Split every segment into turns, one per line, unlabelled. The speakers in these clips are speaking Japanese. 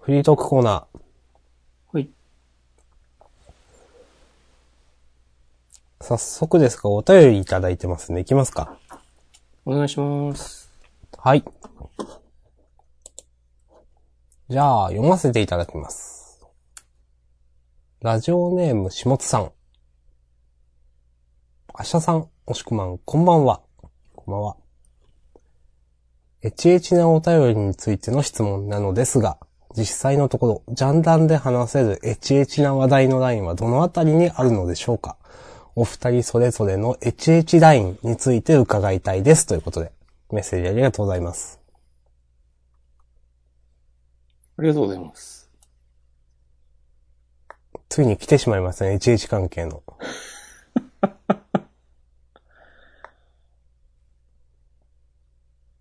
フリートークコーナー。
はい。
早速ですが、お便りいただいてますね。いきますか。
お願いします。
はい。じゃあ、読ませていただきます。ラジオネーム、下津さん。あしゃさん、おしくまん、こんばんは。こんばんは。エチエチなお便りについての質問なのですが、実際のところ、ジャンダンで話せるエチエチな話題のラインはどのあたりにあるのでしょうかお二人それぞれのエチエチラインについて伺いたいです。ということで、メッセージありがとうございます。
ありがとうございます。
ついに来てしまいましたね、11関係の。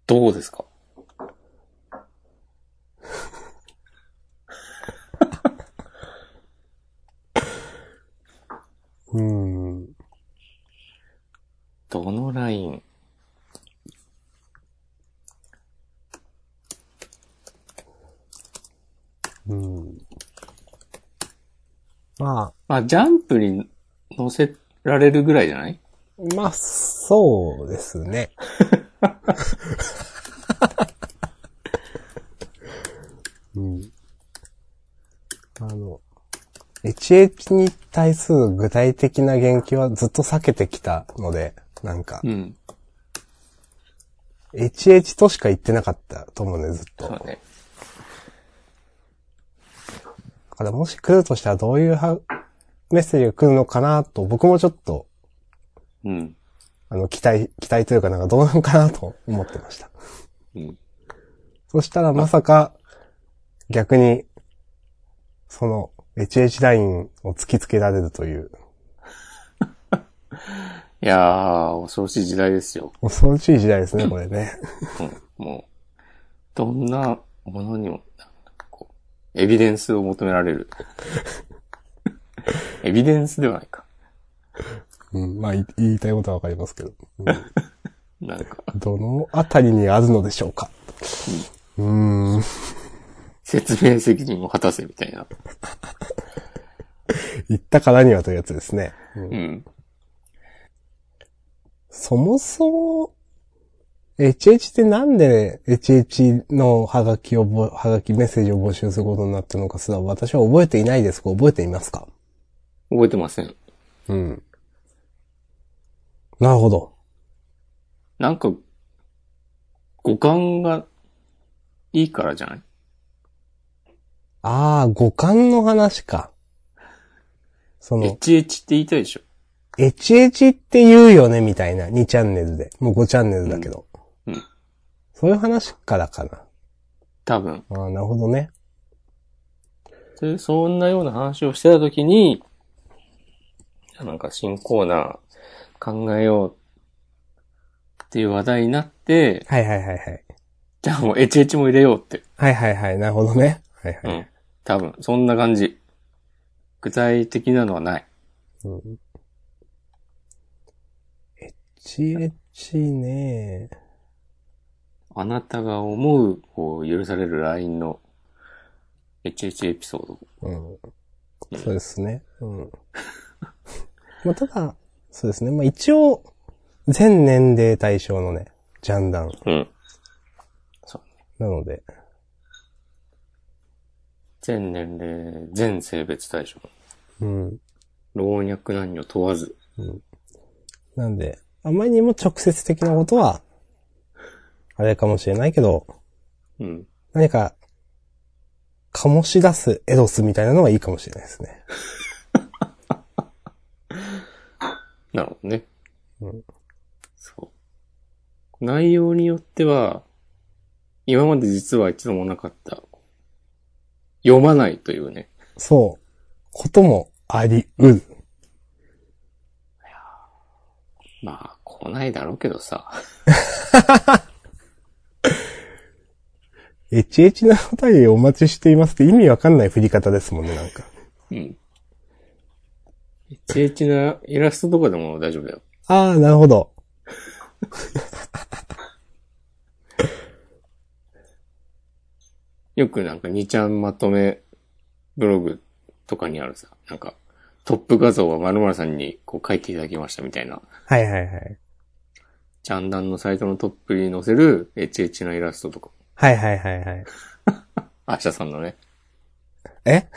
どうですか
うーん。
どのライン
うん。ま
まあ、ジャンプに乗せられるぐらいじゃない
あ、まあ、そうですね。 うん。あの、HH に対する具体的な言及はずっと避けてきたので、なんか、
うん。
HH としか言ってなかったと思うね、ずっと。
そうね。
だからもし来るとしたらどういうはメッセージが来るのかなと、僕もちょっと、
うん。
あの、期待、期待というかなんかどうなのかなと思ってました。
うん。
そしたらまさか、逆に、その、HH ラインを突きつけられるという、
いやー、恐ろしい時代ですよ。
恐ろしい時代ですね、これね。
うん。もう、どんなものにも、なんかこう、エビデンスを求められ る。エビデンスではないか。
うん、まあ、い言いたいことはわかりますけど。うん
なんか、
どのあたりにあるのでしょうか。うーん、
説明責任を果たせみたいな。
言ったからにはというやつですね。うん
うん。
そもそも、HH ってなんで HH のハガキをぼ、ハガキメッセージを募集することになったのかすら私は覚えていないですが、覚えていますか
覚えてません。
うん。なるほど。
なんか、五感がいいからじゃない
ああ、五感の話か。その、
?HH って言いたいでしょ
HH って言うよね、みたいな。2チャンネルで。もう5チャンネルだけど。
うんうん
そういう話からかな。
多分。
ああ、なるほどね。
で、そんなような話をしてたときに、なんか新コーナー考えようっていう話題になって、
はいはいはいはい。
じゃあもう HH も入れようって。
はいはいはい、なるほどね。はいはい。
うん。多分、そんな感じ。具体的なのはない。
うん。HH ね
あなたが思う、こう、許される LINE の HH エピソード。
うん。そうですね。うん。 まあ、ただ、そうですね。まあ、一応、全年齢対象のね、ジャンダン
うん。
なので、
全年齢、全性別対象。
うん。
老若男女問わず。
なんで、あまりにも直接的なことは、あれかもしれないけど、
うん。
何か、醸し出すエロスみたいなのはいいかもしれないですね。
なるほどね。
うん
そう。内容によっては、今まで実は一度もなかった、読まないというね。
そう。こともありうる。
まあ、来ないだろうけどさ。
HH なお便りお待ちしていますって意味わかんない振り方ですもんね、なんか。
うん。いちいちなイラストとかでも大丈夫だよ。
ああ、なるほど。
よくなんか2ちゃんまとめブログとかにあるさ、なんかトップ画像は〇〇さんにこう書いていただきましたみたいな、
はいはいはい。
ジャンダンのサイトのトップに載せる HH のイラストとか、
はいはいはいはい。
明日さんのね、
え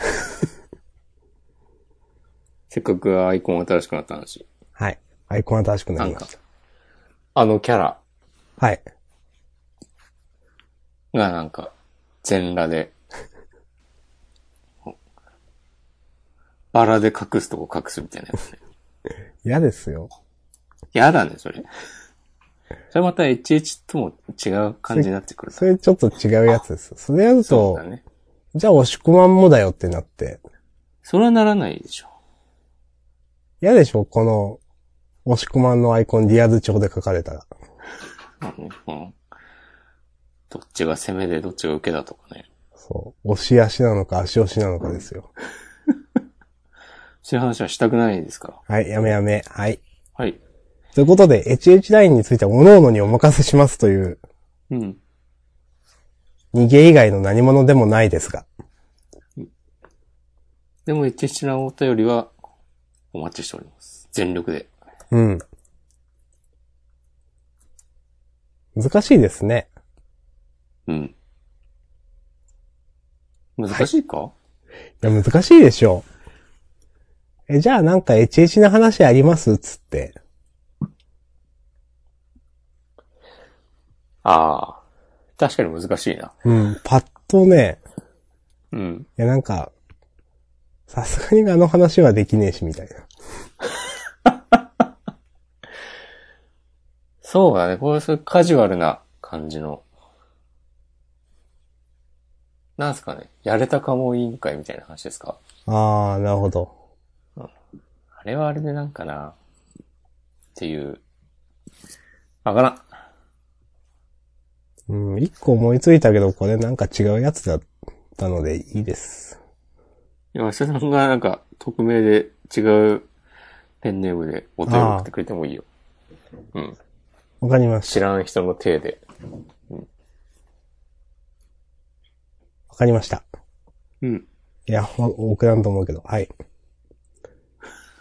せっかくアイコン新しくなった話。
はい。アイコン新しくな
なん
りま
か
した。、
あのキャラ
はい。
がなんか、全裸で、バラで隠すとこ隠すみたいなやつね。
嫌ですよ。
やだね、それ。それまた HH とも違う感じになってくる。
それちょっと違うやつです。それやる
そう
と
だ、ね。
じゃあ押し込まんもだよってなって。
それはならないでしょ。
嫌でしょこの、押し込まんのアイコンリアル調で書かれたら。
まあねうんどっちが攻めでどっちが受けだとかね。
そう。押し足なのか足押しなのかですよ。
そういう話はしたくないですから。
はい、やめやめ。はい。
はい。
ということで、HH ラインについては各々にお任せしますという、
うん。
逃げ以外の何者でもないですが。
でも HH なお便りはお待ちしております。全力で。
うん。難しいですね。
うん。難しいか、
いや、難しいでしょう。え、じゃあなんか HH の話ありますつって。
ああ。確かに難しいな。
うん、パッとね、
うん。
いやなんか、さすがにあの話はできねえし、みたいな。
そうだね。これ、そういうカジュアルな感じの。なんすかね。やれたかも委員会みたいな話ですか
あー、なるほど。
あれはあれでなんかな。っていう。わからん。
うん、一個思いついたけど、これなんか違うやつだったのでいいです。
吉田さんがなんか、匿名で違うペンネームでお便り送ってくれてもいいよ。うん。
わかりまし
知
た。
らん人の体で。
わかりました。
うん。
いや、ほ送らんと思うけど、はい。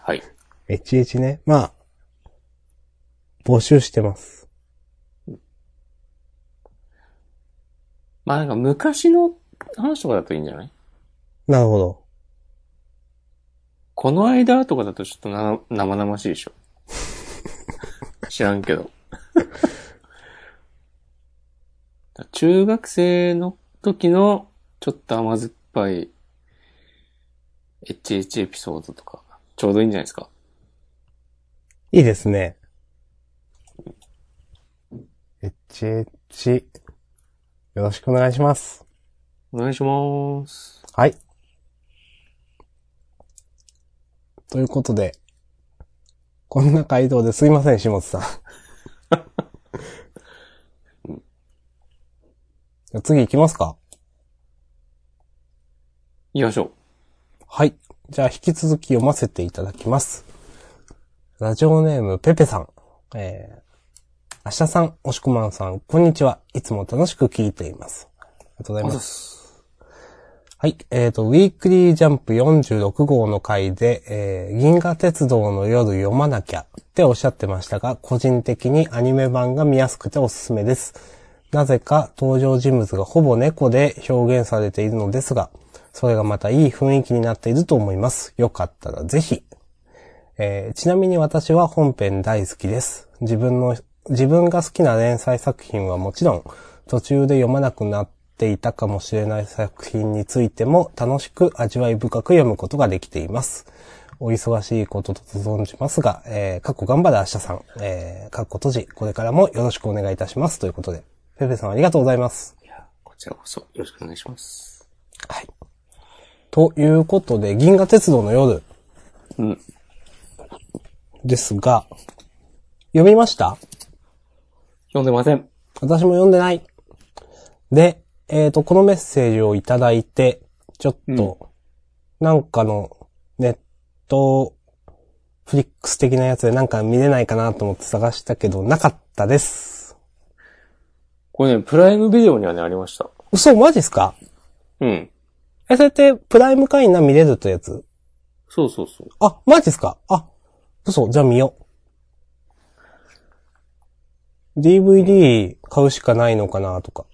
はい。
HH ね。まあ、募集してます。
まあなんか昔の話とかだといいんじゃない
なるほど。
この間とかだとちょっとな生々しいでしょ。 知らんけど。中学生の時のちょっと甘酸っぱい HH エピソードとか、ちょうどいいんじゃないですか。
いいですね。HH、よろしくお願いします。
お願いします。
はい。ということで、こんな回答ですいません、下 津さん。次行きますか
行きましょう。
はい。じゃあ、引き続き読ませていただきます。ラジオネーム、ペペさん。えー、明日さん、おしこまんさん、こんにちは。いつも楽しく聞いています。ありがとうございます。はい。えっ、と、ウィークリージャンプ46号の回で、えー、銀河鉄道の夜読まなきゃっておっしゃってましたが、個人的にアニメ版が見やすくておすすめです。なぜか登場人物がほぼ猫で表現されているのですが、それがまたいい雰囲気になっていると思います。よかったらぜひ。えーちなみに私は本編大好きです。自分の、自分が好きな連載作品はもちろん、途中で読まなくなっていたかもしれない作品についても楽しく味わい深く読むことができています。お忙しいことと存じますが、えー、かっこ頑張れ明日さん、えー、かっこ閉じ、これからもよろしくお願いいたします。ということで、ペペさんありがとうございます。
こちらこそよろしくお願いします。
はい。ということで、銀河鉄道の夜
うん。
ですが、読みました
読んでません。
私も読んでない。で、えっ、と、このメッセージをいただいて、ちょっと、なんかの、ネット、フリックス的なやつでなんか見れないかなと思って探したけど、なかったです。
これね、プライムビデオにはね、ありました。
嘘、マジっすか
うん。
え、それって、プライム会員な見れるってやつ
そうそうそう。
あ、マジっすかあ、嘘、じゃあ見よう。DVD 買うしかないのかなとか。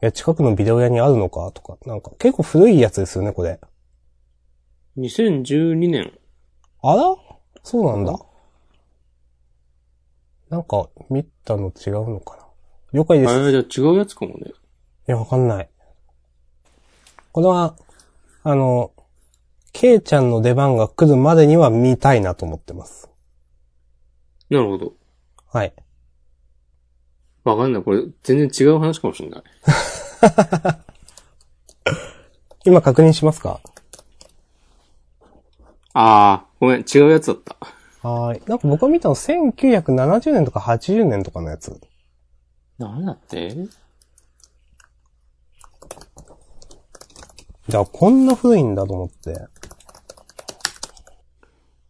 いや、近くのビデオ屋にあるのかとか。なんか、結構古いやつですよね、これ。
2012年。
あらそうなんだ。なんか、見たの違うのかな了解です。
あれ、じゃあ違うやつかもね。
いや、わかんない。これは、あの、ケイちゃんの出番が来るまでには見たいなと思ってます。
なるほど。
はい。
わかんない。これ、全然違う話かもしれない。
今確認しますか
あー、ごめん、違うやつだった。
はーい。なんか僕が見たの1970年とか80年とかのやつ。
なんだって
じゃあこんな古いんだと思って。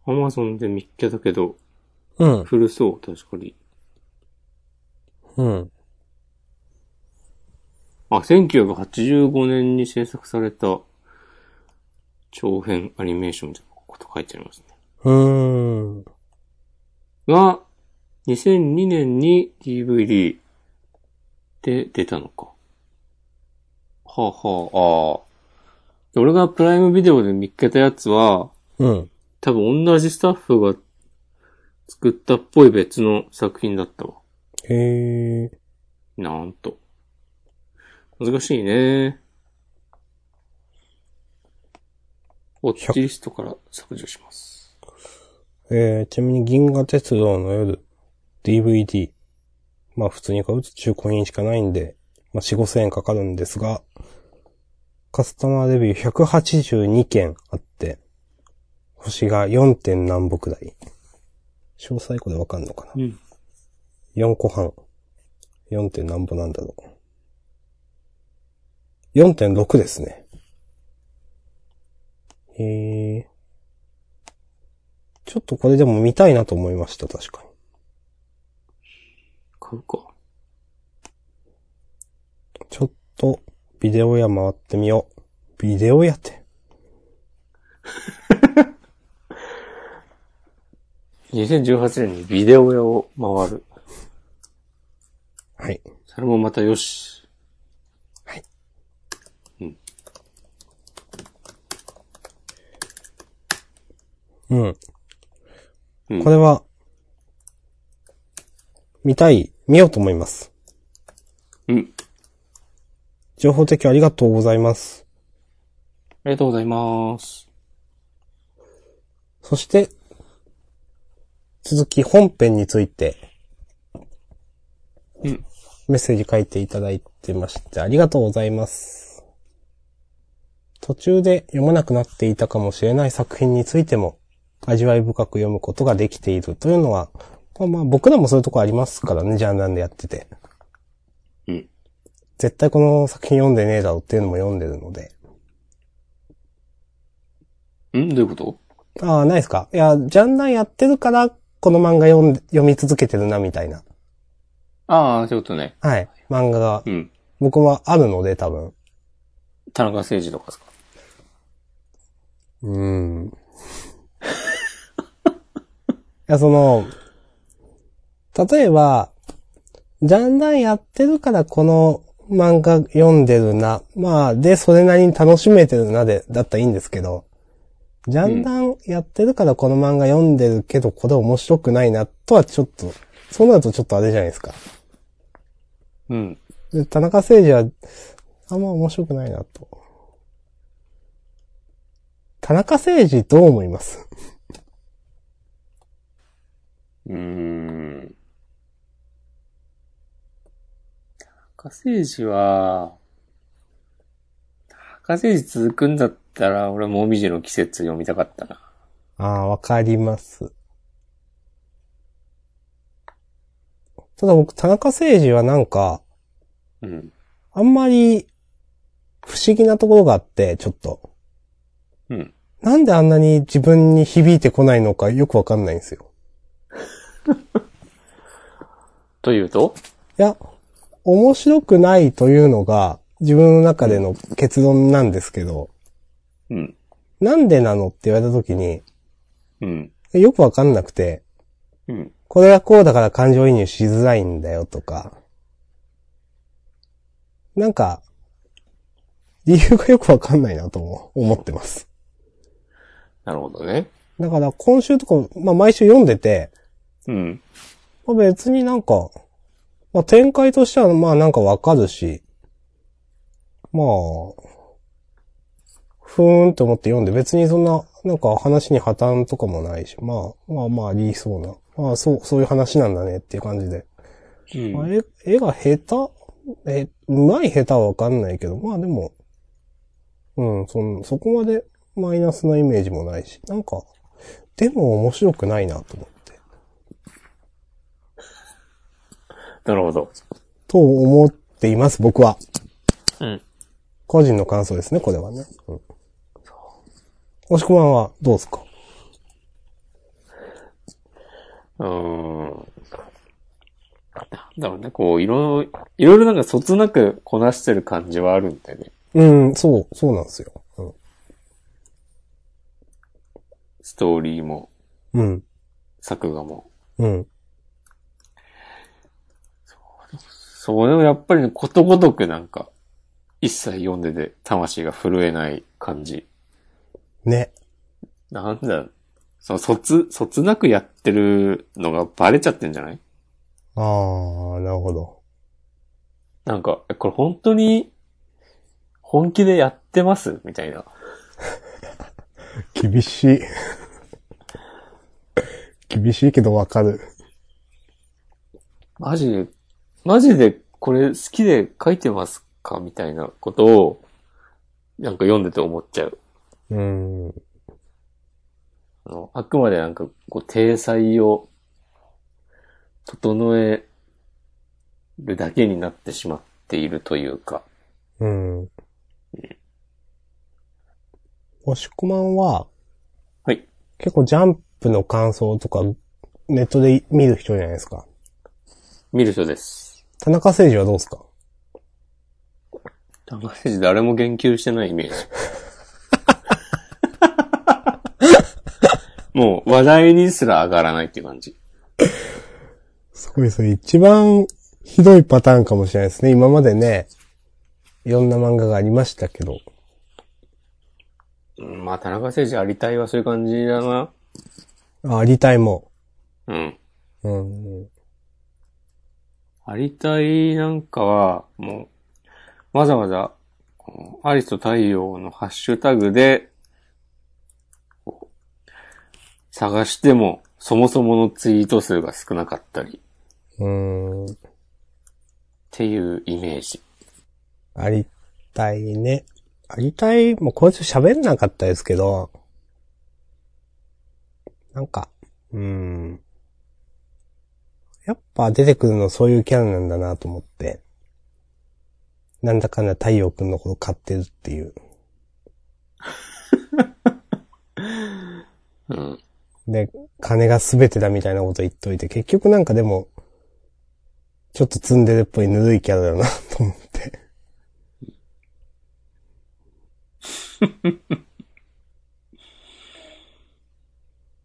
アマゾンで見っけたけど、
うん。
古そう、確かに。
うん。
あ、1985年に制作された長編アニメーションみたいなこと書いてありますね。
うーん。
が、2002年に DVD で出たのか。はあはあ、ああ。で俺がプライムビデオで見っけたやつは、
うん。
多分同じスタッフが作ったっぽい別の作品だったわ。
へえ。
なんと。難しいね。ウォッチリストから削除します。
えー、ちなみに銀河鉄道の夜、DVD。まあ普通に買うと中古品しかないんで、まあ4、5千円かかるんですが、カスタマーレビュー182件あって、星が 4. 点何歩くらい。詳細これわかんのかな
うん。
4個半。4. 点何歩なんだろう。4.6ですね。へえ。ちょっとこれでも見たいなと思いました、確かに。
買うか。
ちょっと、ビデオ屋回ってみよう。ビデオ屋って。
2018年にビデオ屋を回る。
はい。
それもまたよし。
はい。
うん。
うん。
うん
これは、見たい、見ようと思います。
うん。
情報提供ありがとうございます。
ありがとうございます。
そして、続き本編について、
うん。
メッセージ書いていただいてまして、ありがとうございます。途中で読まなくなっていたかもしれない作品についても、味わい深く読むことができているというのは、まあまあ僕らもそういうとこありますからね、ジャンダンでやってて。
うん。
絶対この作品読んでねえだろうっていうのも読んでるので。
んどういうこと
ああ、ないですかいや、ジャンダンやってるから、この漫画読んで読み続けてるな、みたいな。
ああ、そういうことね。
はい。漫画が、
うん。
僕はあるので、多分。
田中誠二とかですか
うん。いや、その、例えば、ジャンダンやってるからこの漫画読んでるな。まあ、で、それなりに楽しめてるなで、だったらいいんですけど、ジャンダンやってるからこの漫画読んでるけど、これ面白くないな、とはちょっと、そうなるとちょっとあれじゃないですか。
うん。
で田中誠二は、あんま面白くないなと。田中誠二どう思います
うーん。高政治は、高政治続くんだったら、俺もみじの季節読みたかったな。
ああ、わかります。ただ僕、田中誠二はなんか、
うん。
あんまり、不思議なところがあって、ちょっと。
うん。
なんであんなに自分に響いてこないのかよくわかんないんですよ。
というと
いや、面白くないというのが、自分の中での結論なんですけど、
うん。
なんでなのって言われた時に、
うん。
よくわかんなくて、
うん。
これはこうだから感情移入しづらいんだよとか、なんか、理由がよくわかんないなとも思ってます。
なるほどね。
だから今週とか、まあ毎週読んでて、
うん。
まあ別になんか、まあ展開としてはまあなんかわかるし、まあ、ふーんと思って読んで、別にそんな、なんか話に破綻とかもないし、まあ、まあまあありそうな、まあそう、そういう話なんだねっていう感じで。
うん
まあ、絵絵が下手え、うまい下手はわかんないけど、まあでも、うん、そん、そこまでマイナスなイメージもないし、なんか、でも面白くないなと思って。
なるほど。
と思っています、僕は。
うん。
個人の感想ですね、これはね。うん。押し込まんはどうですか
うーん。なんだろうね、こう、いろいろ、いろいろなんかそつなくこなしてる感じはあるんだよね。
うん、そう、そうなんですよ。うん
ストーリーも、。
うん。
作画も。
うん。
それをやっぱりね、ことごとくなんか、一切読んでて魂が震えない感じ。
ね。
なんだろう、その、そつ、そつなくやってるのがバレちゃってんじゃない
あー、なるほど。
なんか、えこれ本当に、本気でやってますみたいな。
厳しい。 厳しいけどわかる。
マジで、マジでこれ好きで書いてますかみたいなことを、なんか読んでて思っちゃう。
うん。
あの、あくまでなんか、こう、体裁を、整えるだけになってしまっているというか。
うん。押し込まんは、
はい。
結構ジャンプの感想とか、ネットで見る人じゃないですか。
見る人です。
田中誠二はどうですか
田中誠司誰も言及してないイメージ。 もう、話題にすら上がらないっていう感じ。
すごい、それ一番ひどいパターンかもしれないですね。今までね、いろんな漫画がありましたけど。
うんまあ、田中誠司ありたいはそういう感じだな。
あ、ありたいも。
うん。
うん。
ありたいなんかは、もう、わざわざ、このアリスと太陽のハッシュタグで、こう探しても、そもそものツイート数が少なかったり、っ
うん。
ていうイメージ。
ありたいね。ありたい、もうこいつ喋んなかったですけど、なんか、うーん。やっぱ出てくるのそういうキャラなんだなと思って、なんだかんだ太陽くんのこと買ってるっていう。
うん。
で、金が全てだみたいなこと言っといて、結局なんかでも、ちょっとツンデレっぽいぬるいキャラだなと思って。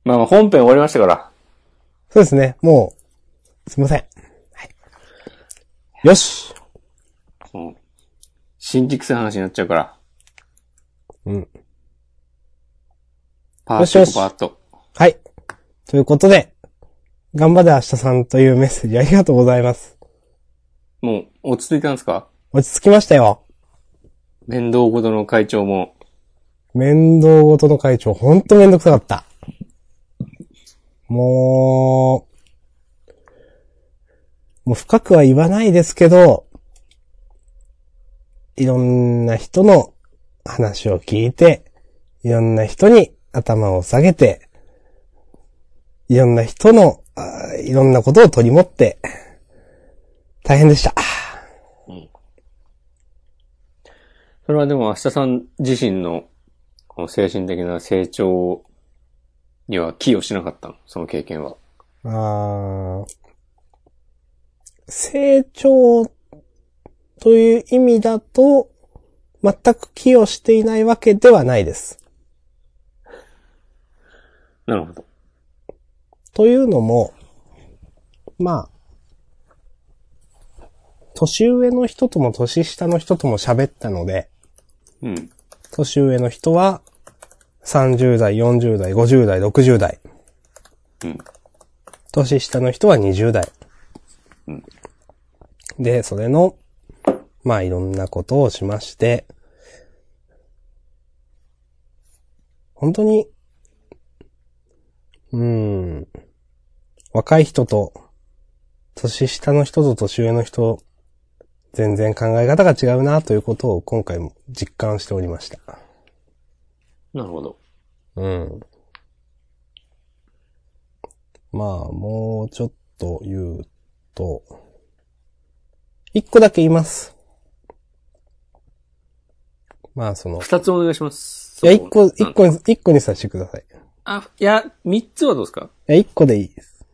まあまあ本編終わりましたから。
そうですね、もう、すいません。はい、よし
うん。新規臭い話になっちゃうから。
うん。
パ
よ
ー
しよ
ト、
し
パート。
はい。ということで、頑張れ明日さんというメッセージありがとうございます。
もう、落ち着いたんですか
落ち着きましたよ。
面倒ごとの会長も、
面倒ごとの会長、ほんとめんどくさかった。もう、もう深くは言わないですけど、いろんな人の話を聞いて、いろんな人に頭を下げて、いろんな人の、あーいろんなことを取り持って、大変でした。
それはでも明日さん自身の、この精神的な成長には寄与しなかったのその経験は。
あー成長という意味だと、全く寄与していないわけではないです。
なるほど。
というのも、まあ、年上の人とも年下の人とも喋ったので、
うん。
年上の人は、30代、40代、50代、60代。
うん。
年下の人は20代。
うん
で、それの、まあいろんなことをしまして、本当に、うーん、若い人と、年下の人と年上の人、全然考え方が違うなということを今回も実感しておりました。
なるほど。
うん。まあ、もうちょっと言うと、一個だけ言います。まあ、その、
二つお願いします。
いや、一個、
そこ
一。個に、一個にさせてください。い
あ、いや、三つはどうですか
や、一個でいいです。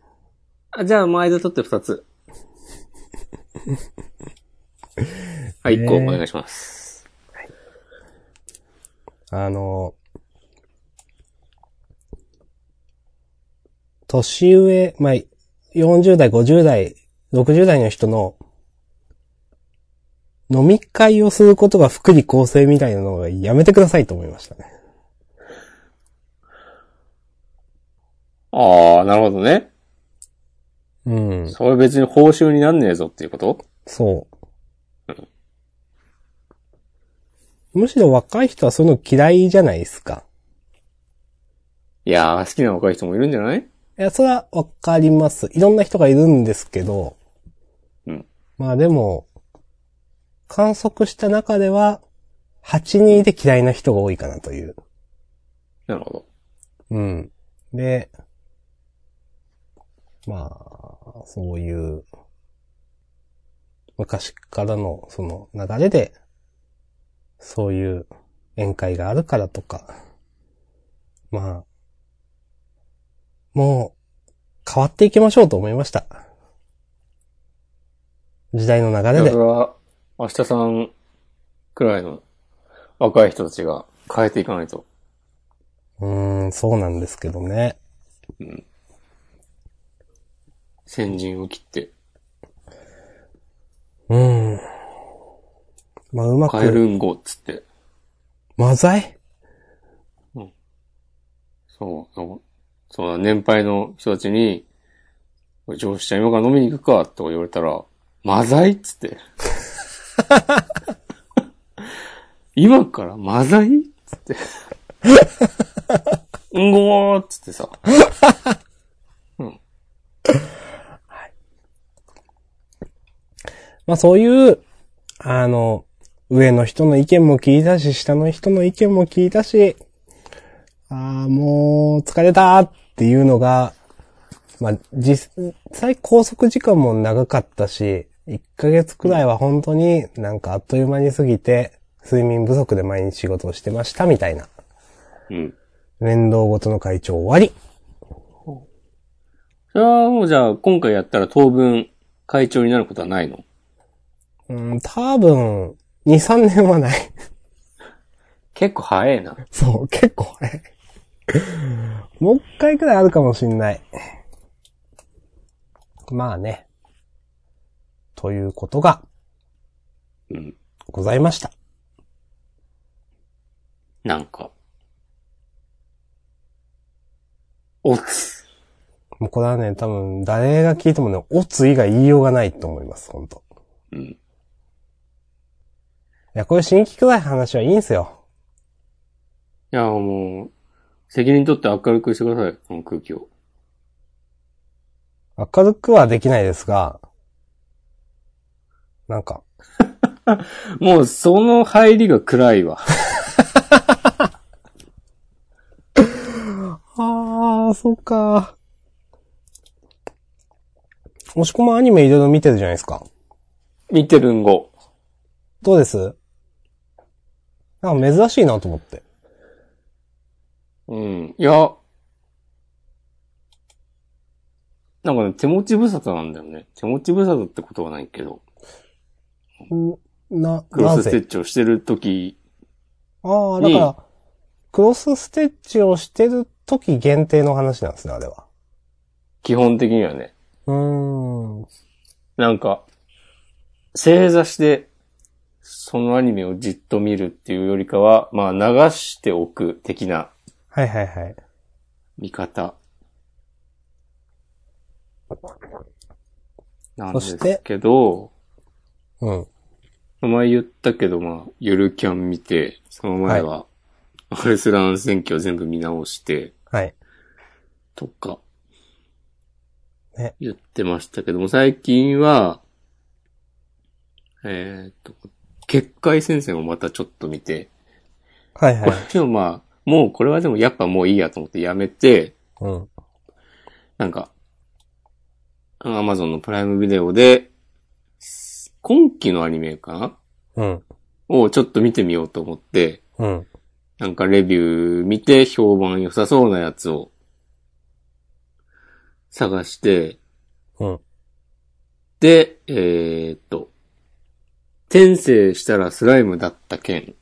あじゃあ、前で取って二つ。 はい、一個お願いします。
あの、年上、まあ、40代、50代、60代の人の、飲み会をすることが福利厚生みたいなのがやめてくださいと思いましたね。
ああ、なるほどね。
うん。
それ別に報酬になんねえぞっていうこと
そう。むしろ若い人はそういうの嫌いじゃないですか。
いやー、好きな若い人もいるんじゃない
いや、それはわかります。いろんな人がいるんですけど。
うん
まあでも、観測した中では、8人で嫌いな人が多いかなという。
なるほど。
うん。で、まあ、そういう、昔からのその流れで、そういう宴会があるからとか、まあ、もう変わっていきましょうと思いました。時代の流れ
だか
で。
ら、明日さんくらいの若い人たちが変えていかないと。
うーん、そうなんですけどね。
先陣を切って
うん。まあ、うま
変え
く、
るんごっつって。
マザイ
そう、そう、そうだ、年配の人たちに、おい上司ちゃん今から飲みに行くかとか言われたら、マザイっ つって。今からマザイっつって。うんごーっつってさ。
まあそういう、あの、上の人の意見も聞いたし、下の人の意見も聞いたし、ああ、もう疲れたっていうのが、まあ実際拘束時間も長かったし、1ヶ月くらいは本当になんかあっという間に過ぎて、睡眠不足で毎日仕事をしてましたみたいな。
うん。
連動ごとの会長終わり。
それはもうじゃあ、今回やったら当分会長になることはないの
うん、多分、2、3年はない。
結構早いな。
そう、結構早い。もう一回くらいあるかもしんない。まあね。ということが
うん。
ございました。
なんか。おつ。
もうこれはね、多分誰が聞いてもね、おつ以外言いようがないと思います、本当
うん。
いや、こういう新規くらい話はいいんすよ。
いや、もう、責任取って明るくしてください、この空気を。
明るくはできないですが、なんか、
もう、その入りが暗いわ。
あー、そっか。押し込まアニメいろいろ見てるじゃないですか。
見てるんご。
どうですなんか珍しいなと思って。
うん。いや、なんかね、手持ち無沙汰なんだよね。手持ち無沙汰ってことはないけど。
な、
クロ
な
スステ
ぜ
ッチをしてる時、
ああ、だから、クロスステッチをしてる時限定の話なんですね、あれは。
基本的にはね、
うーん。
なんか、正座して、そのアニメをじっと見るっていうよりかは、まあ流しておく的な
はいはいはい。
見方。なんで
そし
す
て
けど、
うん。
前言ったけど、まあ、ゆるキャン見て、その前は、アレスラン選挙を全部見直して、
はい。
とか、
ね
言ってましたけども、最近は、えーっと、結界戦線をまたちょっと見て、
はいは
こ
い
れ。でもまあ、もうこれはでもやっぱもういいやと思ってやめて、
うん。
なんか、アマゾンのプライムビデオで、今期のアニメか
う
な
ん。
をちょっと見てみようと思って、
うん。
なんかレビュー見て評判良さそうなやつを探して、
うん。
で、えーっと、転生したらスライムだった件。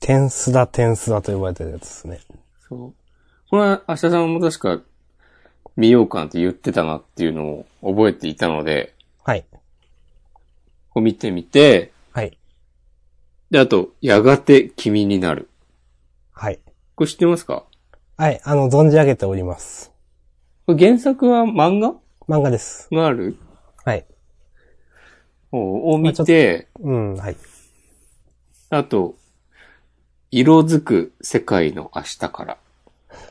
テンスだ、テンスだと呼ばれてるやつですね。
そう。これは、明日さんも確か見ようかなって言ってたなっていうのを覚えていたので、
はい。
こう見てみて、
はい。
で、あと、やがて君になる。
はい。
これ知ってますか
はい。あの、存じ上げております。
これ原作は漫画
漫画です。
がある
はい。
をを見
まあ
て、
うん、はい。
あと、色づく世界の明日から。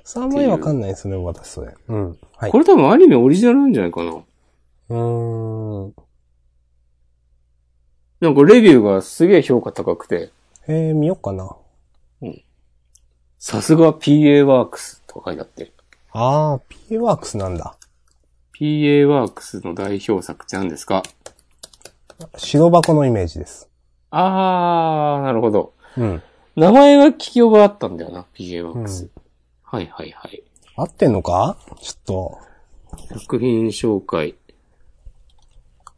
それあんまりわかんないですね、私それ。うん。はい。
これ多分アニメオリジナルなんじゃないかな。
うーん。
なんかレビューがすげえ評価高くて、
えー、見よっかな。
さすが PA ワークスとか書いてあって。
あー、P ワークスなんだ。
PA ワークスの代表作って何ですか
白箱のイメージです。
あー、なるほど。
うん。
名前は聞き覚えあったんだよな、PA ワークス。
うん
はいはいはい。
合ってんのかちょ
作品紹介。
っ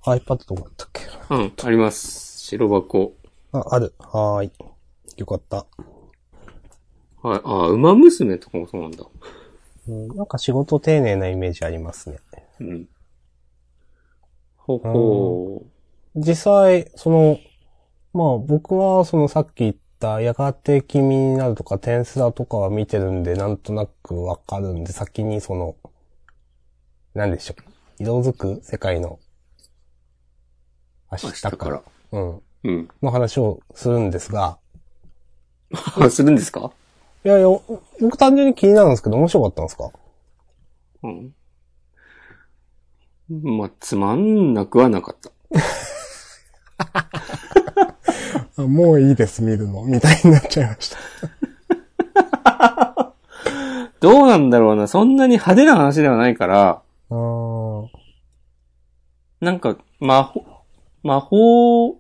と、iPad どこだったっけ
うん、あります。白箱。
あ、ある。はーい。よかった。
はい、あー、馬娘とかもそうなんだ。
うん、なんか仕事丁寧なイメージありますね。
うん。ほほ
実際、その、まあ僕はそのさっき言った、やがて君になるとか、テンスラとかは見てるんで、なんとなくわかるんで、先にその、なんでしょう。色づく世界の、明
ー。
日
明日
から。
から。
うん。
うん。
の話をするんですが、
あするんですか
いやいや、お僕単純に気になるんですけど、面白かったんですか
うん。まあ、つまんなくはなかった。
もういいです、見るの。みたいになっちゃいま した。
どうなんだろうな、そんなに派手な話ではないから、
あー
なんか、魔法、魔法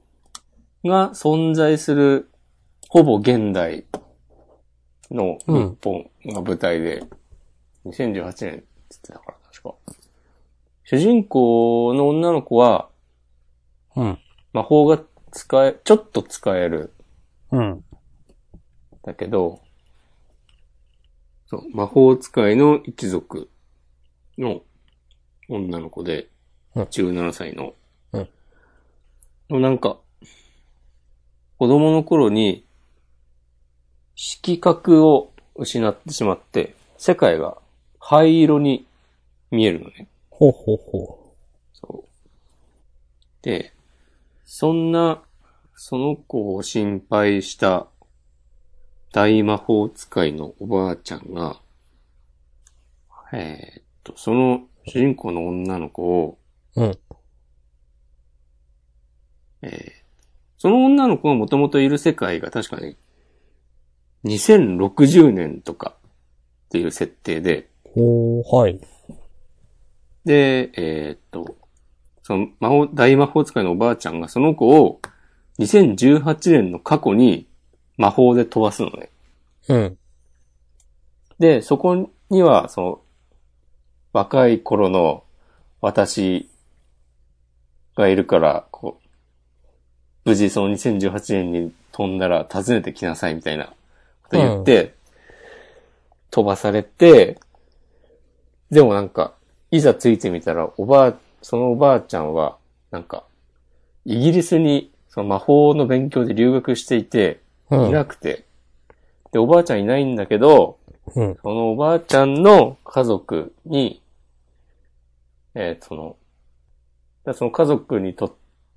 が存在する、ほぼ現代の日本が舞台で、2018年って言ってたから、確か。主人公の女の子は、
うん。
魔法が使え、ちょっと使える。
うん。
だけど、そう、魔法使いの一族の女の子で、
うん
17歳の、
うん
のなんか、子供の頃に、色覚を失ってしまって、世界が灰色に見えるのね。
ほうほうほ
そう。で、そんな、その子を心配した大魔法使いのおばあちゃんが、えーっと、その主人公の女の子を、
う。うん。
えーその女の子がもともといる世界が確かに、2060年とかっていう設定で、
ほう、はい。
で、えーっと、その魔法、大魔法使いのおばあちゃんがその子を2018年の過去に魔法で飛ばすのね。
うん。
で、そこには、その、若い頃の私がいるから、こう、無事その2018年に飛んだら訪ねてきなさいみたいなこと言って、飛ばされて、でもなんか、いざ着いてみたら、おばあ、そのおばあちゃんは、なんか、イギリスに、その魔法の勉強で留学していて、
うん。
いなくて。で、おばあちゃんいないんだけど、
うん。
そのおばあちゃんの家族に、えーその、だその家族にとっ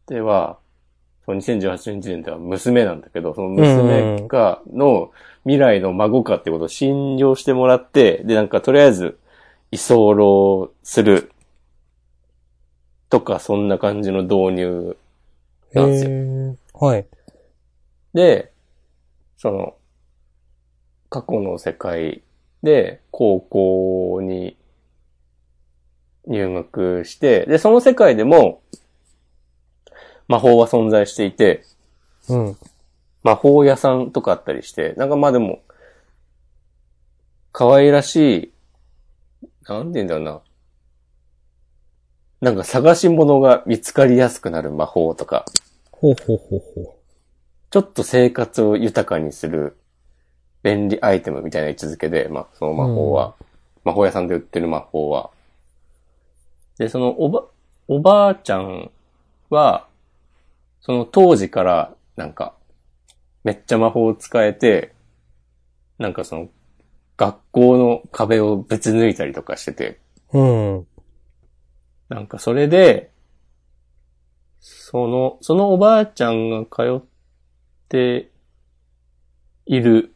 ては、その2018年時点では娘なんだけど、その娘が、の未来の孫かってことを信用してもらって、で、なんかとりあえず、居候する、とか、そんな感じの導入なんですよ
えー、はい。
で、その、過去の世界で高校に入学して、で、その世界でも魔法は存在していて、
うん。
魔法屋さんとかあったりして、なんかまあでも、可愛らしい、なんて言うんだろうな。なんか探し物が見つかりやすくなる魔法とか、
ほうほうほうほ
ちょっと生活を豊かにする便利アイテムみたいな位置づけで、まあ、その魔法は、魔法屋さんで売ってる魔法は。で、そのおば、おばあちゃんは、その当時から、なんか、めっちゃ魔法を使えて、なんかその、学校の壁をぶち抜いたりとかしてて、
う。うん。
なんかそれで、その、そのおばあちゃんが通っている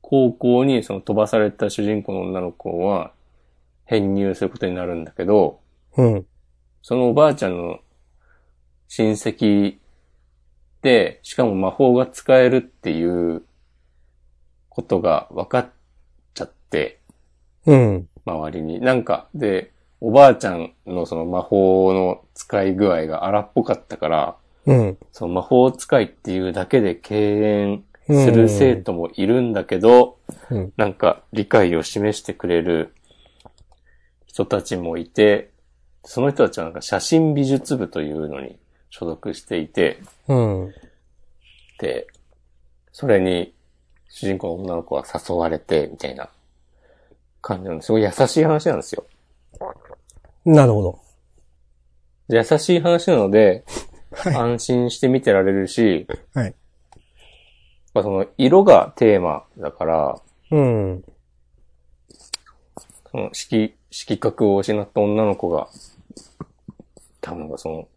高校にその飛ばされた主人公の女の子は編入することになるんだけど、
うん。
そのおばあちゃんの親戚で、しかも魔法が使えるっていうことが分かっちゃって、
うん。
周りに。なんか、で、おばあちゃんのその魔法の使い具合が荒っぽかったから、
うん。
その魔法使いっていうだけで敬遠する生徒もいるんだけど、
うん
なんか理解を示してくれる人たちもいて、その人たちはなんか写真美術部というのに所属していて、
うん。
で、それに主人公の女の子は誘われて、みたいな感じなんです。すごい優しい話なんですよ。
なるほど。
優しい話なので、
はい
安心して見てられるし、
はい。
まあその色がテーマだから、
うん。
その色、色覚を失った女の子が、多分なんかその、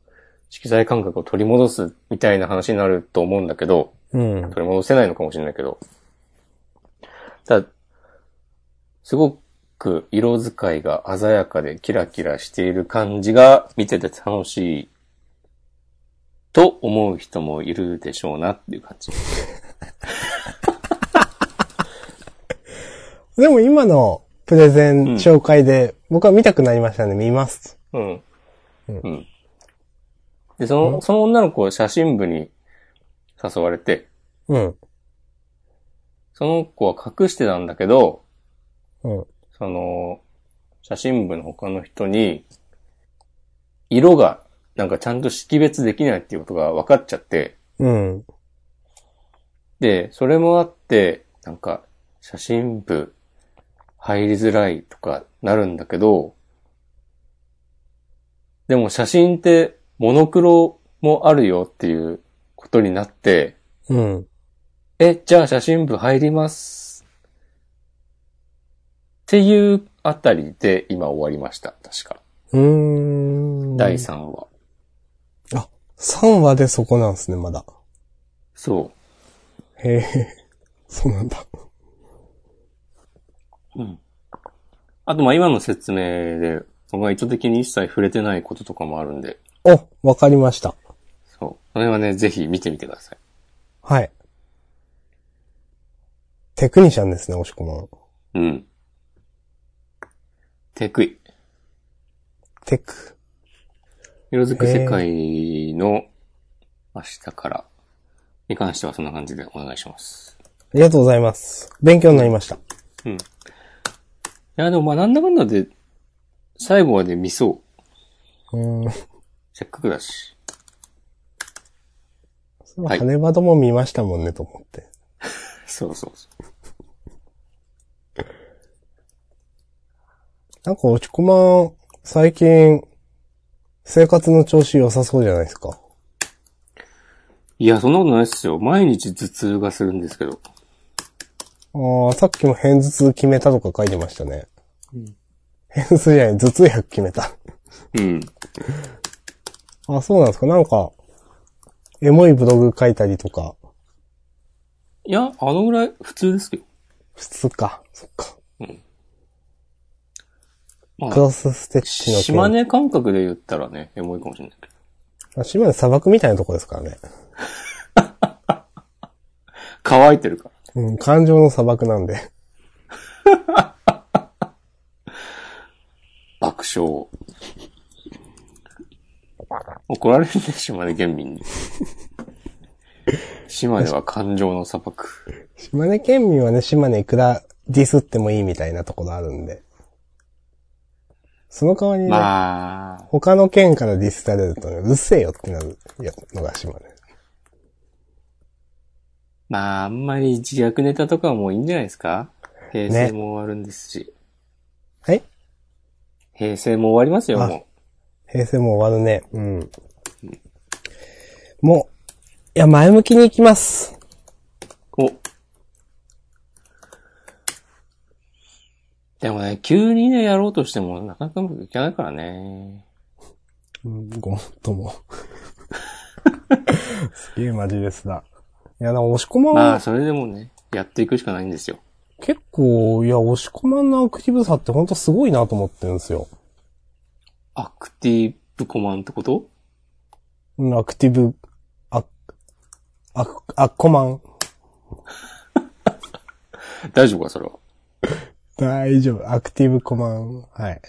色彩感覚を取り戻すみたいな話になると思うんだけど、
うん。
取り戻せないのかもしれないけど。ただ、すごく色使いが鮮やかでキラキラしている感じが見てて楽しいと思う人もいるでしょうなっていう感じ。
でも今のプレゼン紹介で、僕は見たくなりましたね。見ます。
うん。うん。で、そうの、
ん
その女の子を写真部に誘われて、
うん。
その子は隠してたんだけど、
うん。
その、写真部の他の人に、色が、なんかちゃんと識別できないっていうことが分かっちゃって、
うん。
で、それもあって、なんか、写真部入りづらいとかなるんだけど、でも写真ってモノクロもあるよっていうことになって、
うん。
え、じゃあ写真部入ります。っていうあたりで今終わりました、確か。
うーん。
第3話。
3話でそこなんですね、まだ。
そ
へえ。そうなんだ。
う。うん。あと、ま、あ今の説明で、僕が意図的に一切触れてないこととかもあるんで、
お、わかりました。
そう。それはね、ぜひ見てみてください。
はい。テクニシャンですね、おしこまん。
うん。テクイ。
テク。
色づく世界の明日からに関してはそんな感じでお願いします。
ありがとうございます。勉強になりました。
いや、でもまあなんだかんだで、最後まで見そう。
うーん。
せっかくだし。はい
羽場ども見ましたもんねと思って。
そうそうそう。
なんか落ちこま、最近、生活の調子良さそうじゃないですか。
いや、そんなことないっすよ。毎日頭痛がするんですけど。
ああ、さっきも偏頭痛決めたとか書いてましたね。偏頭痛じゃない、頭痛薬決めた。
うん。
あ、そうなんですか。なんか、エモいブログ書いたりとか、
いや、あのぐらい普通ですけど。
普通か。そっか。
ま
ク
あ、
ロスステッチの件
島根感覚で言ったらね、エモいかもしれないけど。
あ島根砂漠みたいなとこですからね。
乾いてるから。
うん、感情の砂漠なんで。
爆笑。怒られるね、島根県民に。島根は感情の砂漠。
島根県民はね、島根いくらディスってもいいみたいなところあるんで。その代わりね、
まあ、
他の県からディスられるとね、うっせえよってなるのが島根。
まあ、あんまり自虐ネタとかはもういいんじゃないですか平成も終わるんですし。
はい
平成も終わりますよ、
あ
も
平成も終わるね。うん。もう、いや、前向きに行きます。
う。お。でもね、急にね、やろうとしても、なかなかうまくいかないからね。
うん、ごもっとも。 すげえマジですな。いや、でも押し込まん
まあ、それでもね、やっていくしかないんですよ。
結構、いや、押し込まんのアクティブさってほんとすごいなと思ってるんですよ。
アクティブコマンってこと
うんアクティブ、あ、あ、あっこまん。
大丈夫か、それは。
大丈夫。アクティブコマン。はい。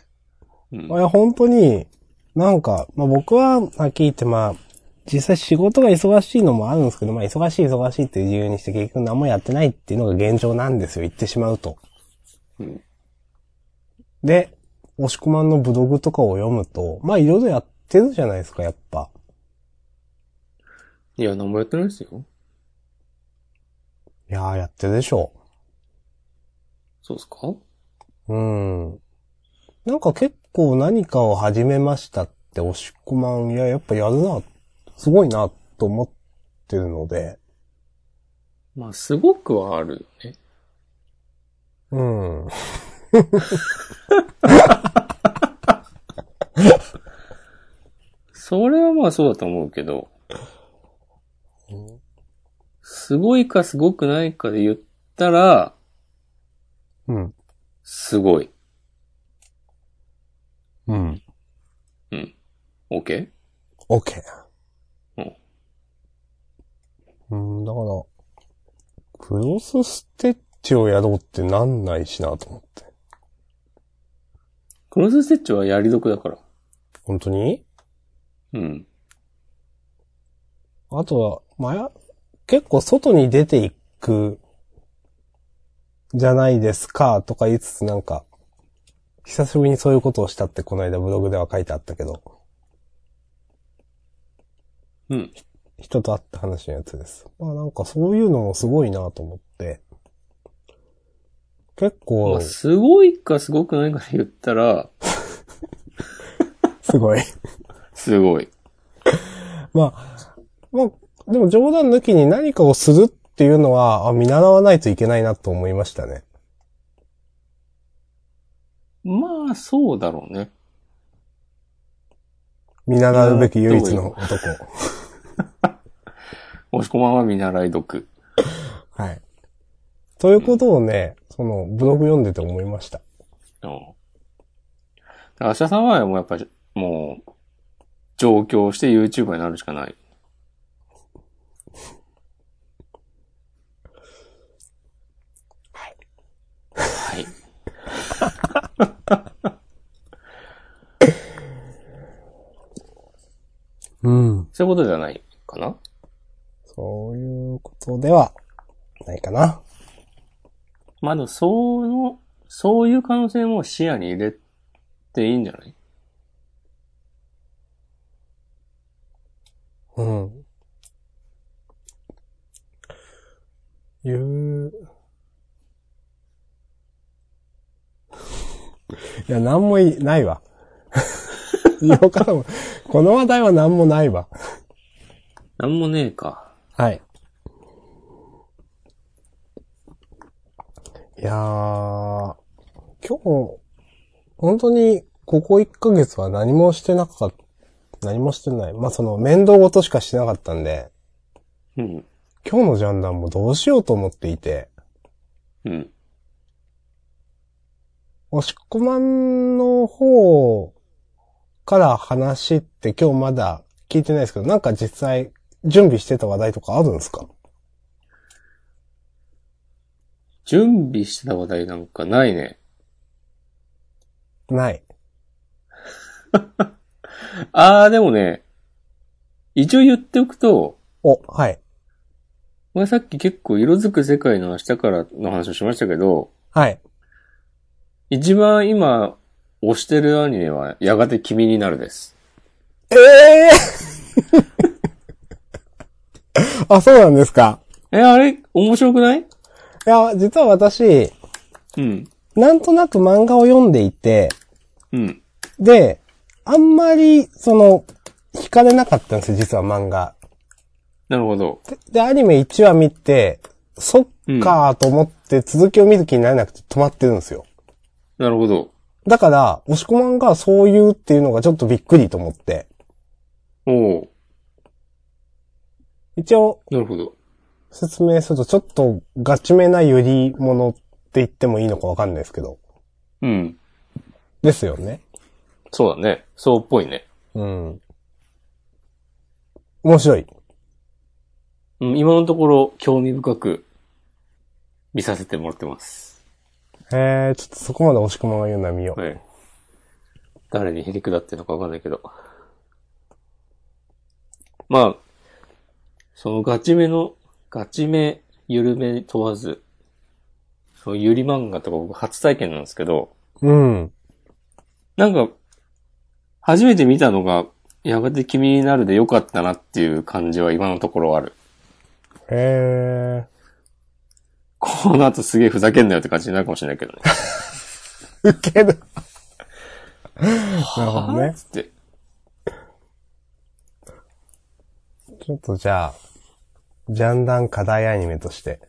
うん
い。や、本当に、なんか、まあ僕は、はっきり言ってまあ、実際仕事が忙しいのもあるんですけど、まあ忙しい忙しいっていう理由にして結局何もやってないっていうのが現状なんですよ。言ってしまうと。
うん
で、押し込まんのブログとかを読むと、まあいろいろやってるじゃないですか、やっぱ。
いや、何もやってないですよ。
いやーやってるでしょ
そうですか
う。うん。なんか結構何かを始めましたって押し込まん、いや、やっぱやるな、すごいな、と思ってるので、
まあ、すごくはあるよね。
うん。
それはまあそうだと思うけど、すごいかすごくないかで言ったら、
うん。
すごい。
うん。
OK?
OK。うん。だから、クロスステッチをやろうってなんないしなと思って。
クロスステッチはやり得だから。
本当に
うん。
あとは、まあや、結構外に出ていく、じゃないですか、とか言いつつなんか、久しぶりにそういうことをしたってこの間ブログでは書いてあったけど、
うん。
人と会った話のやつです。まあなんかそういうのもすごいなと思って、結
まあ、
構、
すごいかすごくないかで言ったら、
すごい。
すごい。
まあ、まあ、でも冗談抜きに何かをするっていうのは、あ見習わないといけないなと思いましたね。
まあ、そうだろうね。
見習うべき唯一
見習
の男。
押し込まんは見習い得。
はい。ということをね、その、ブログ読んでて思いました。
うん。だから明日さんはもうやっぱり、もう、上京して YouTuber になるしかない。はい。はい。
うん。
そういうことじゃないかな
そういうことでは、ないかな。
まあでも、その、そういう可能性も視野に入れていいんじゃない
うん。言う。いや、なんもい、ないわ。 言おうかなこの話題はなんもないわ。
なんもねえか。
はい。いやー、今日、本当に、ここ1ヶ月は何もしてなかった、何もしてない。まあ、その、面倒ごとしかしてなかったんで、
うん。
今日のジャンダンもどうしようと思っていて、
うん。
おしっこまんの方から話って今日まだ聞いてないですけど、なんか実際準備してた話題とかあるんですか
準備してた話題なんかないね。
ない。
あー、でもね、一応言っておくと、
お、はい。
前さっき結構色づく世界の明日からの話をしましたけど、
はい。
一番今、推してるアニメは、やがて君になるです。
ええー、 あ、そうなんですか。
え、あれ面白くない
いや、実は私、
うん。
なんとなく漫画を読んでいて、
うん。
で、あんまり、その、惹かれなかったんですよ、実は漫画。
なるほど。
で、アニメ1話見て、そっかーと思って続きを見る気になれなくて止まってるんですよ。
なるほど。
だから、押し込まんがそう言うっていうのがちょっとびっくりと思って。
おう
一応、
なるほど。
説明するとちょっとガチめなより物って言ってもいいのかわかんないですけど。
うん。
ですよね。
そうだね。そうっぽいね。
うん。面白い。
うん、今のところ、興味深く、見させてもらってます。
えー、ちょっとそこまで押し込まんが言うのは見よう。
はい。誰にへりくだってるのかわかんないけど。まあ、そのガチめの、ガチめ、緩め問わず、そのゆり漫画とか僕初体験なんですけど、
うん。
なんか、初めて見たのが、やがて君になるでよかったなっていう感じは今のところある。
え
この後すげえふざけんなよって感じになるかもしれないけどね。
ー、ウケる。なるほど
はぁ
ね
つ。って。
ちょっとじゃあ、ジャンダン課題アニメとして、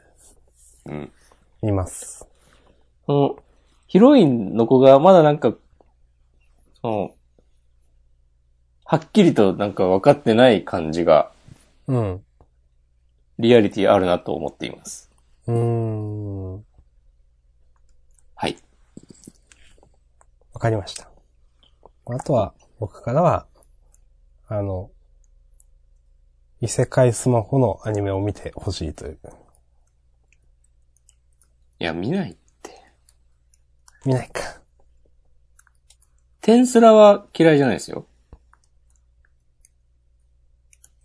うん。
います。
その、ヒロインの子がまだなんか、その、はっきりとなんか分かってない感じが、
うん。
リアリティあるなと思っています。
うーん。わ
はい。
かりました。あとは、僕からは、あの、異世界スマホのアニメを見てほしいという。
いや、見ないって。
見ないか。
テンスラは嫌いじゃないですよ。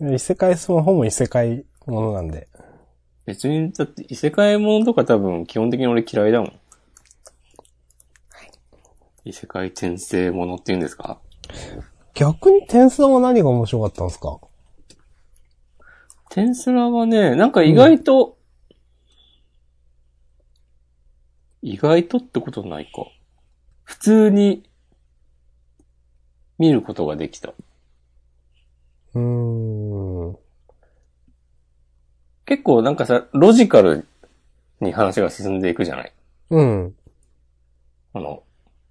異世界スマホも異世界ものなんで。
別に、だって異世界ものとか多分基本的に俺嫌いだもん。異世界転生ものって言うんですか
逆に点数は何が面白かったんですか
テンスラはね、なんか意外と、意外とってことないか。普通に、見ることができた。
うーん。
結構なんかさ、ロジカルに話が進んでいくじゃない
うん。
あの、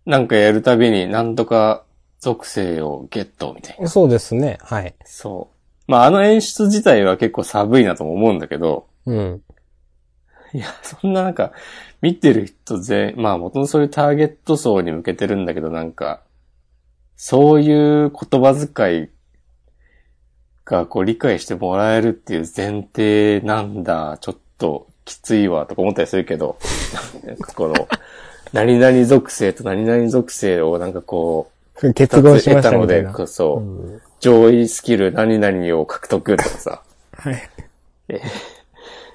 なんかやるたびになんとか属性をゲットみたいな。
そうですね。はい。
そう。まああの演出自体は結構寒いなとも思うんだけど、
うん。
いや、そんななんか、見てる人全、まあ元のそういうターゲット層に向けてるんだけど、なんか、そういう言葉遣いがこう理解してもらえるっていう前提なんだ、ちょっときついわ、とか思ったりするけど、 なんかこの、何々属性と何々属性をなんかこう、
結合しま
得
したた
の
みたい
で
な。
こそ、
うん
上位スキル何々を獲得とかさ、
はい。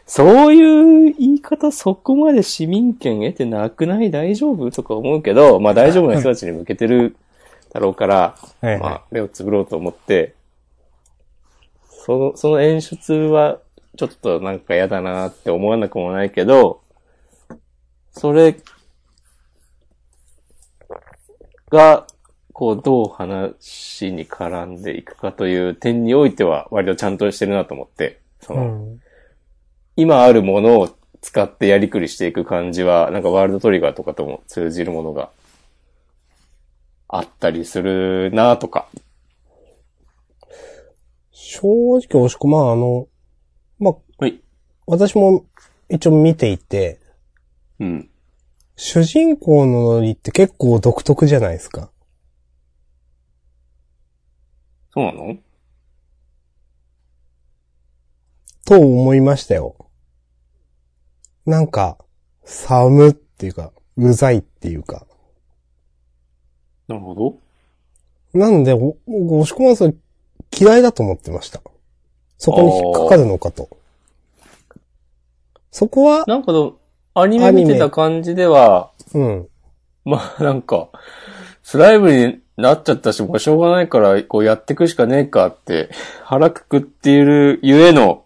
そういう言い方そこまで市民権得てなくない大丈夫とか思うけど、まあ大丈夫な人たちに向けてるだろうから、
はい。
まあ目をつぶろうと思って、その、その演出はちょっとなんか嫌だなって思わなくもないけど、それが、こう、どう話に絡んでいくかという点においては、割とちゃんとしてるなと思って、そうの、
ん。
今あるものを使ってやりくりしていく感じは、なんかワールドトリガーとかとも通じるものがあったりするなとか。
正直、押し込まん、あの、まあ、
はい。
私も一応見ていて、
うん。
主人公のノリって結構独特じゃないですか。
そうなの
と思いましたよ。なんか、寒っていうか、うざいっていうか。
なるほど。
なんで、おお押し込まんさん嫌いだと思ってました。そこに引っかかるのかと。そこは、
なんかの、アニメ見てた感じでは、
うん。
まあなんか、スライムになっちゃったし、もうしょうがないから、こうやってくしかねえかって、腹くくっているゆえの、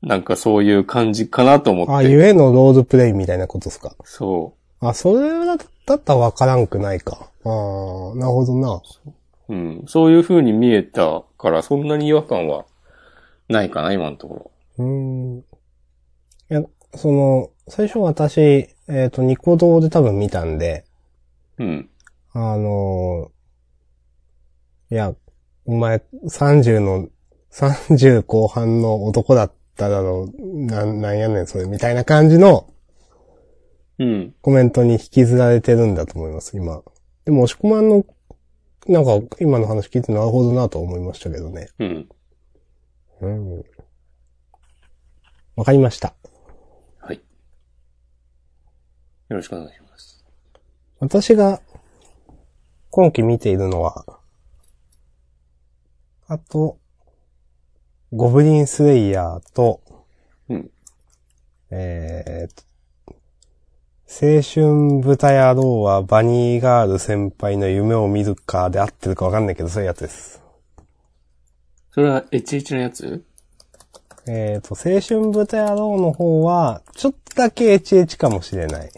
なんかそういう感じかなと思っ
あ、
て。
ゆえのロールプレイみたいなことですか。
そ
あ、それだだったらわからんくないか。あー、なるほどな。
う。うん。そういう風に見えたから、そんなに違和感はないかな、今のとこ
う
ろ。
ーん。いや、その、最初私、えっ、と、ニコ動で多分見たんで、
うん。
あのーいや、お前、30の、30後半の男だっただろう、なん、なんやねん、それ、みたいな感じの
うん。
コメントに引きずられてるんだと思います、今。でも、押し込まんの、なんか、今の話聞いてなるほどなと思いましたけどね。
うん。
うん。わかりました。
はい。よろしくお願いします。
私が、今期見ているのは、あと、ゴブリンスレイヤーと、
うん
えーと、青春豚野郎はバニーガール先輩の夢を見るかで合ってるかわかんないけど、そういうやつです。
それは、エチエチのやつ
えーと、青春豚野郎の方は、ちょっとだけエチエチかもしれない。
なる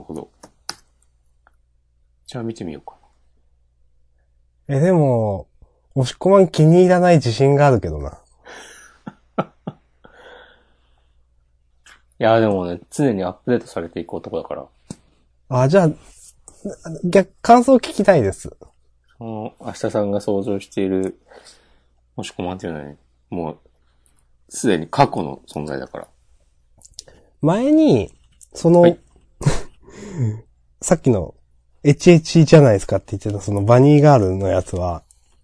ほど。じゃあ見てみようか
え、でも、押し込まん気に入らない自信があるけどな。
な。いや、でもね、常にアップデートされていく男だから、
あ、じゃあ、逆、感想聞きたいです。
その、明日さんが想像している、もしこまんっていうのはね、もう、すでに過去の存在だから。
前に、その、
はい
さっきの、HH じゃないですかって言ってたそのバニーガールのやつは、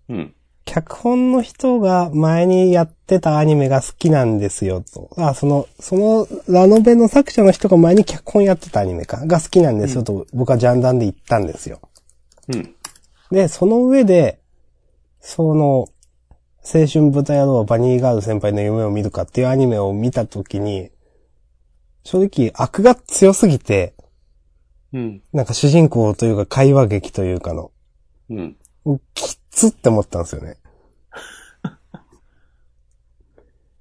うん。
脚本の人が前にやってたアニメが好きなんですよと。あ、その、そのラノベの作者の人が前に脚本やってたアニメか、が好きなんですよと僕はジャンダンで言ったんですよ。
うん。
で、その上で、その、青春豚野郎バニーガール先輩の夢を見るかっていうアニメを見たときに、正直悪が強すぎて、
うん。
なんか主人公というか会話劇というかの、
うん。
きつって思ったんですよね。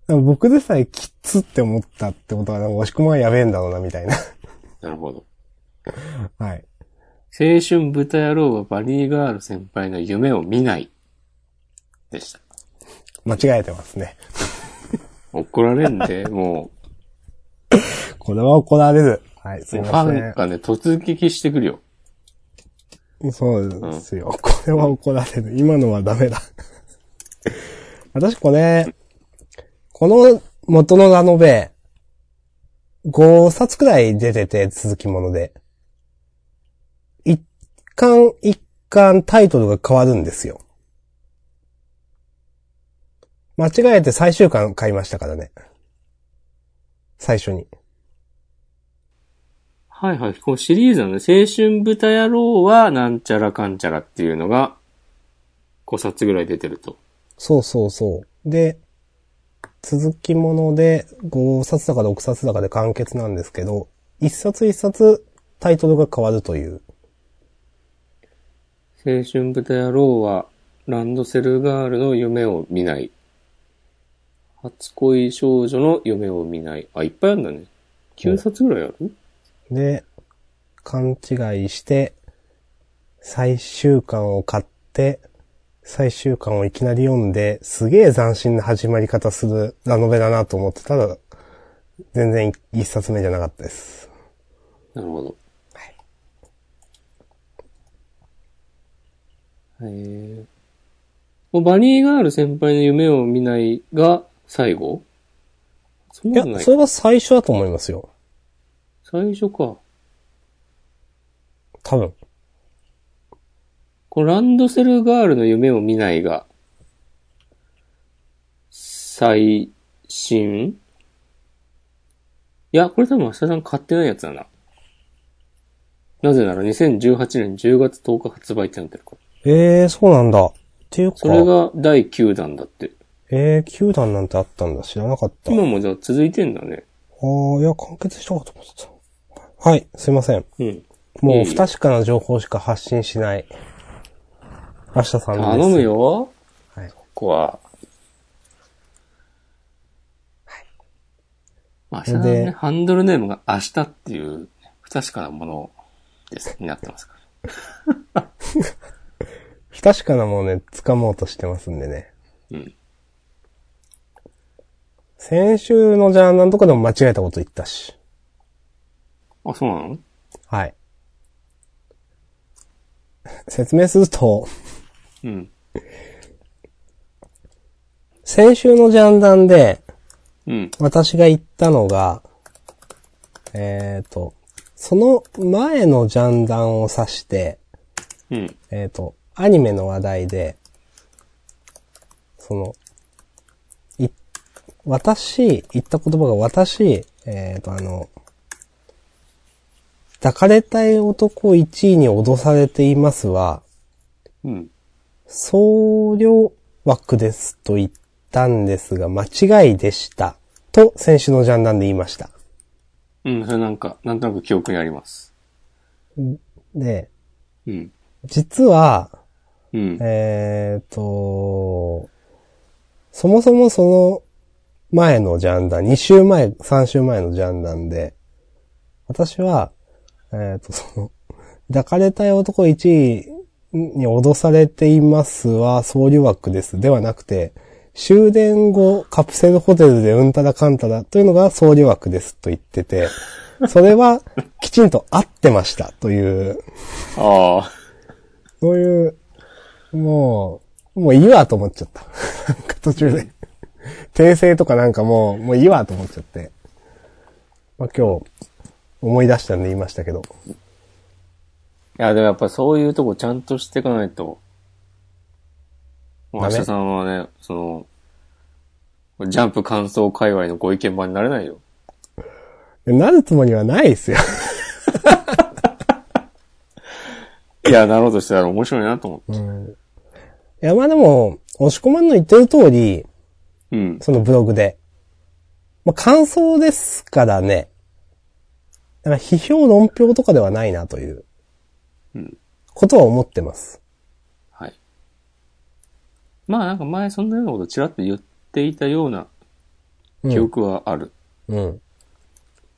僕でさえきつって思ったってことは、なんか押し込まんはやべえんだろうな、みたいな。
なるほど。
はい。
青春豚野郎はバニーガール先輩の夢を見ない。でした。
間違えてますね。
怒られん で、も
これは怒られる。はい、
う、
すい
もうフ
ません
ァン。がね、突撃してくるよ。
そうですよ。これは怒られる。今のはダメだ。 私これ、この元のラノベ、5冊くらい出てて、続きもので。一巻一巻タイトルが変わるんですよ。間違えて最終巻買いましたからね。最初に。
はいはい。このシリーズのね、青春豚野郎はなんちゃらかんちゃらっていうのが、5冊ぐらい出てると。
そうそうそう。で、続きもので5冊だか6冊だかで完結なんですけど、一冊一冊タイトルが変わるという。
青春豚野郎は、ランドセルガールの夢を見ない。初恋少女の夢を見ない。あ、いっぱいあるんだね。9冊ぐらいある
で、勘違いして、最終巻を買って、最終巻をいきなり読んで、すげえ斬新な始まり方するラノベだなと思ってたら、全然一冊目じゃなかったです。
なるほど。はい。えもうバニーガール先輩の夢を見ないが最後そん
い
な
や
こと、ない
そ。れは最初だと思いますよ。
最初か。
多分。
このランドセルガールの夢を見ないが、最新いや、これ多分明日さん買ってないやつだな。なぜなら2018年10月10日発売ってなってるから。
ええー、そうなんだ。っていうか、
それが第9弾だって。
ええー、球団なんてあったんだ。知らなかった。
今もじゃあ続いてんだね。
ああ、いや、完結したかと思ってた。はい、すいません。
うん。
も
いうい
不確かな情報しか発信しない。明日さんです。
頼む。よ。
はい。
ここは。まあ、明日の
で
ね、ハンドルネームが明日っていう、不確かなものです、になってますから。
不確かなものね、掴もうとしてますんでね。
うん。
先週のジャーナルとかでも間違えたこと言ったし。
あ、そうなの
はい。 説明すると、
うん。
先週のジャンダンで、
うん。
私が言ったのが、えっ、ー、と、その前のジャンダンを指して、
うん。
えっ、と、アニメの話題で、その、い、私、言った言葉が私、えっ、と、あの、抱かれたい男1位に脅されていますは、
うん。
送料枠ですと言ったんですが、間違いでした。と、先週のジャンダンで言いました。
うん、それなんか、なんとなく記憶にあります。
で、
うん。
実は、
うん。
えーと、そもそもその前のジャンダン、2週前、3週前のジャンダンで、私は、えーと、その、抱かれたい男1位に脅されていますは、総留枠です。ではなくて、終電後、カプセルホテルでうんたらかんたらというのが総留枠ですと言ってて、それはきちんと合ってましたという。
ああ。
そういう、もう、もういいわと思っちゃった。 なんか途中で。訂正とかなんかもう、もういいわと思っちゃって。まあ今日、思い出したんで言いましたけど。
いや、でもやっぱそういうとこちゃんとしていかないと。もう
ダ
明
メ
日さんはね、その、ジャンプ感想界隈のご意見場になれないよ。
なるつもりはないですよ。
いや、なろうとしたら面白いなと思って。
いや、まあでも、押し込まんの言ってる通り、
うん。
そのブログで。まあ感想ですからね。だから批評論評とかではないなという、
うん
ことは思ってます。
はい。まあなんか前そんなようなことちらっと言っていたような
うん
記憶はある。
うん。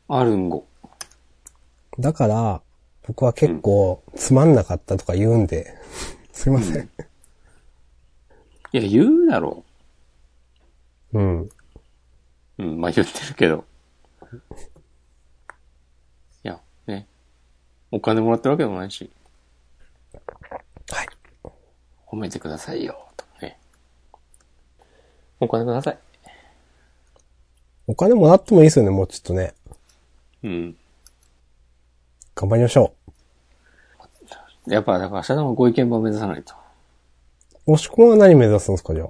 あるんご。
だから、僕は結構、つまんなかったとか言うんで、 すいません。
いや、言うだろ
うん。
う。うん、まあ言ってるけ ど。いや、ね。お金もらってるわけでもないし。
はい。
褒めてくださいよ、とかね。お金ください。
お金もらってもいいですよね、もうちょっとね。
うん。
頑張りましょ
やっぱ、だから明日のご意見番を目指さないと。
う。押し込みは何目指すんですか、じゃあ。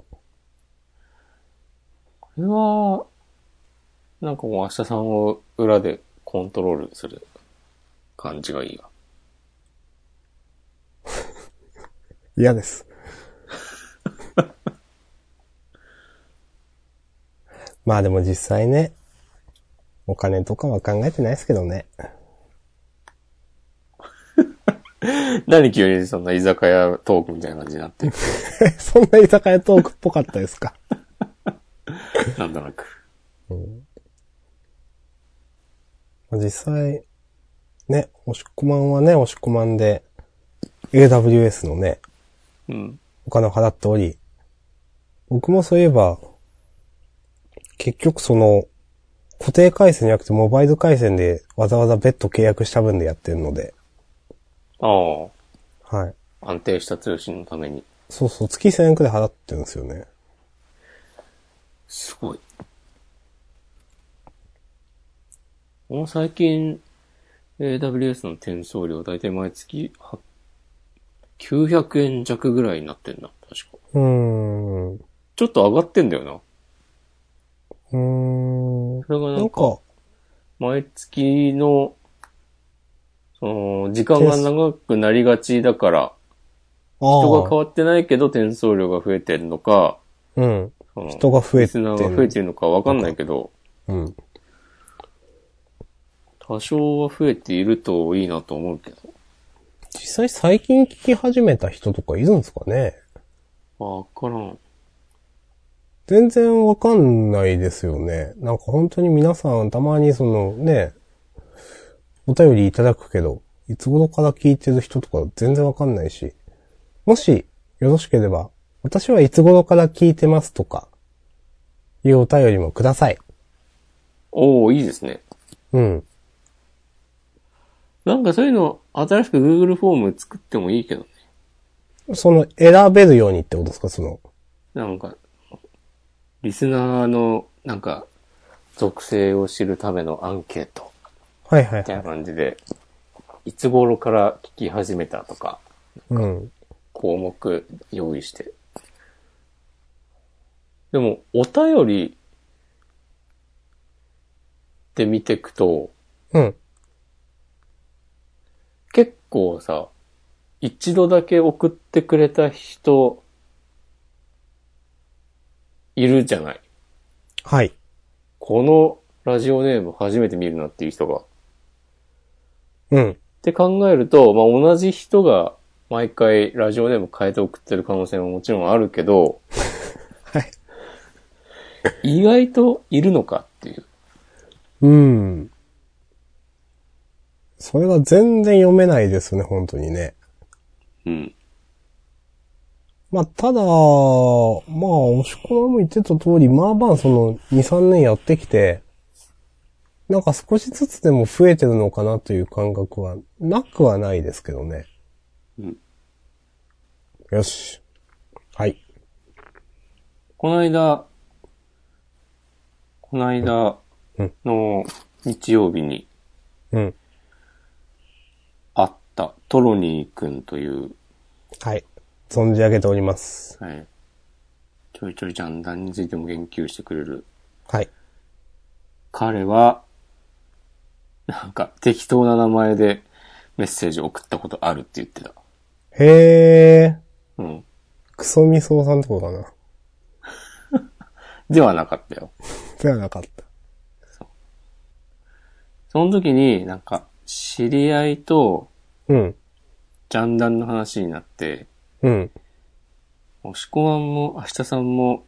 これは、なんかもう明日さんを裏でコントロールする感じがいいわ。
嫌です。 まあでも実際ね、お金とかは考えてないですけどね。
何急にそんな居酒屋トークみたいな感じになってる。
そんな居酒屋トークっぽかったですか。
なんとなく。
まあ実際、ね、押し込まんはね、押し込まんで、AWS のね、
うん。
お金を払っており、僕もそういえば、結局その、固定回線じゃなくてモバイル回線でわざわざ別途契約した分でやってるので、
あ
はい。
あ、安定した通信のために。
そうそう、月1000円くらい払ってるんですよね。
すごい。もう最近、AWS の転送料だいたい毎月は900円弱ぐらいになってんな、確か。
うーん。う
ちょっと上がってんだよな。
ーん。
それがな
なんん
か、
か、
毎月の、その、時間が長くなりがちだから、人が変
ああ、
わってないけど転送量が増えてるのか、
うん。
その
人が増え
リ
て
ス
る
ナーが増えてるのかわかんないけど、
うん。
多少は増えているといいなと思うけど。
実際最近聞き始めた人とかいるんですかね
わからん。
全然わかんないですよね。なんか本当に皆さんたまにそのね、お便りいただくけど、いつ頃から聞いてる人とか全然わかんないし、もしよろしければ、私はいつ頃から聞いてますとか、いうお便りもください。
おおいいですね。
うん。
なんかそういうの、新しく Google フォーム作ってもいいけどね。
その選べるようにってことですかその。
なんか、リスナーの、なんか、属性を知るためのアンケート。
はいはい
みた
はいい
な。感じで、いつ頃から聞き始めたとか、
うん。
項目用意して。でも、お便りって見てくと、
うん。
結構さ、一度だけ送ってくれた人、いるじゃない。
はい。
このラジオネーム初めて見るなっていう人が。っ
うん。
て考えると、まあ、同じ人が毎回ラジオネーム変えて送ってる可能性ももちろんあるけど、
はい。
意外といるのかっていう。
うん。それが全然読めないですね、本当にね。
うん。
まあ、ただ、まあ、押し込まも言ってた通り、まあまあ、その、2、3年やってきて、なんか少しずつでも増えてるのかなという感覚は、なくはないですけどね。
うん
よし。はい。
この間、この間
うん
の日曜日に
うん。
会ったトロニーくんという、
はい。存じ上げております。
はい、ちょいちょいジャンダンについても言及してくれる。
はい。
彼は、なんか適当な名前でメッセージ送ったことあるって言ってた。
へー。
うん。
クソミソウさんとこかな。
ではなかったよ。
ではなかった。
その時になんか知り合いと
うん。
ジャンダンの話になって、
うん。
押し込まんも明日さんも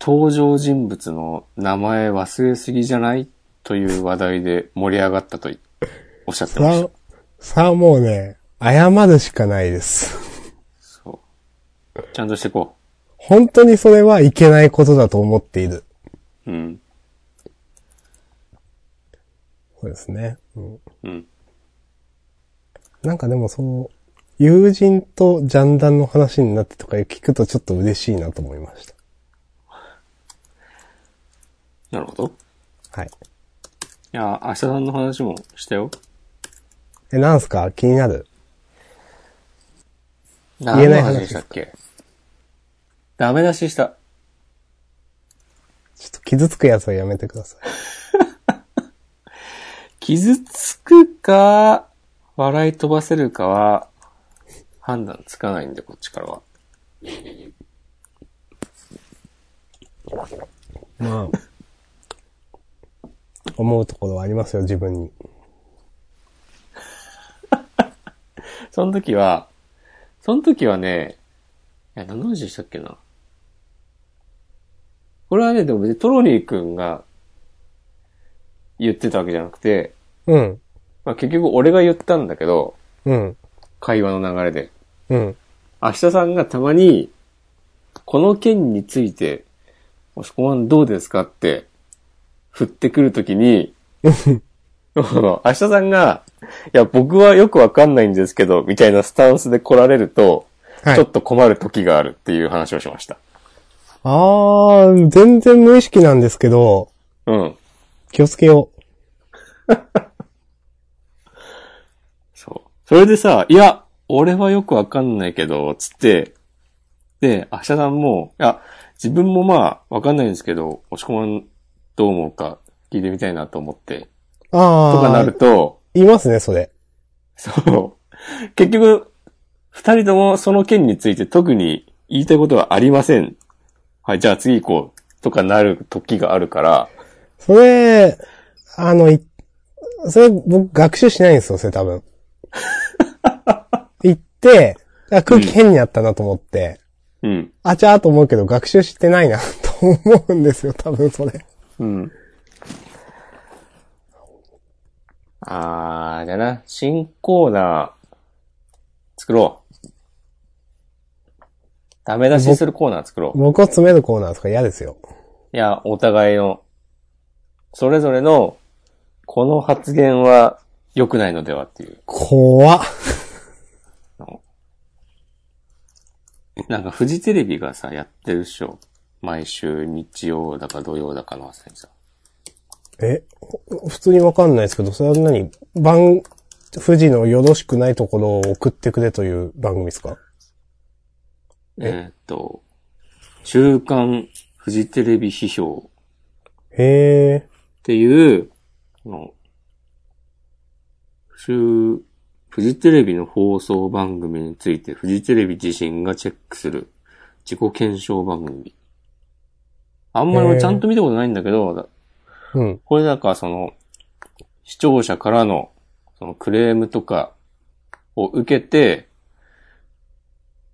登場人物の名前忘れすぎじゃないという話題で盛り上がったといおっしゃって
さ
ました
あ。、さあもうね、謝るしかないです。
そう。ちゃんとしてこ
本当にそれはいけないことだと思っている。
う。うん。
そうですね。うん、
うん。
なんかでもそう、友人とジャンダンの話になってとか聞くとちょっと嬉しいなと思いました。
なるほど。い
はい。
や、明日さんの話もしたよ。
え、なんすか気になる
言
えない話
でしたっけダメ出しした。
ちょっと傷つくやつはやめてください。
傷つくか、笑い飛ばせるかは、判断つかないんで、こっちからは。
まあ、思うところはありますよ、自分に。
その時は、その時はね、いや、何の話でしたっけな。これはね、でも別にトロニー君が言ってたわけじゃなくて、
うん。
まあ結局俺が言ったんだけど、
うん。
会話の流れで。
うん。
明日さんがたまに、この件について、おしこまんどうですかって、振ってくるときに、 明日さんが、いや、僕はよくわかんないんですけど、みたいなスタンスで来られると、
はい
ちょっと困る時があるっていう話をしました。
あー、全然無意識なんですけど、
うん。
気をつけよう。
そう。それでさ、いや、俺はよくわかんないけど、つって、で、明日さんも、いや、自分もまあ、わかんないんですけど、押し込まんどう思うか聞いてみたいなと思って、とかな
あ
る
ー、
と、
いますね、それ。
そう。結局、二人ともその件について特に言いたいことはありません。はい、じゃあ次行こう。とかなる時があるから、
それ、あの、いそれ僕学習しないんですよ、それ多 分。行って、あ空気変になったなと思って、
うん。
あちゃーと思うけど学習してないな と思うんですよ、多分それ。
うん。あー、じゃあな、新コーナー、作ろう。ダメ出しするコーナー作ろう。
僕を詰めるコーナーとか嫌ですよ。
いや、お互いの、それぞれの、この発言は良くないのではっていう。
怖っ。
なんかフジテレビがさ、やってるっしょ。毎週日曜だか土曜だかの朝にさ。
え、ほ普通にわかんないですけど、それは何番、富士のよろしくないところを送ってくれという番組ですか
えーっと、週刊フジテレビ批評
へえ、
っていう、この、週、フジテレビの放送番組についてフジテレビ自身がチェックする自己検証番組。あんまり
へ
俺
ー
ちゃんと見たことないんだけど、
うん、
これなんかその、視聴者からの、そのクレームとかを受けて、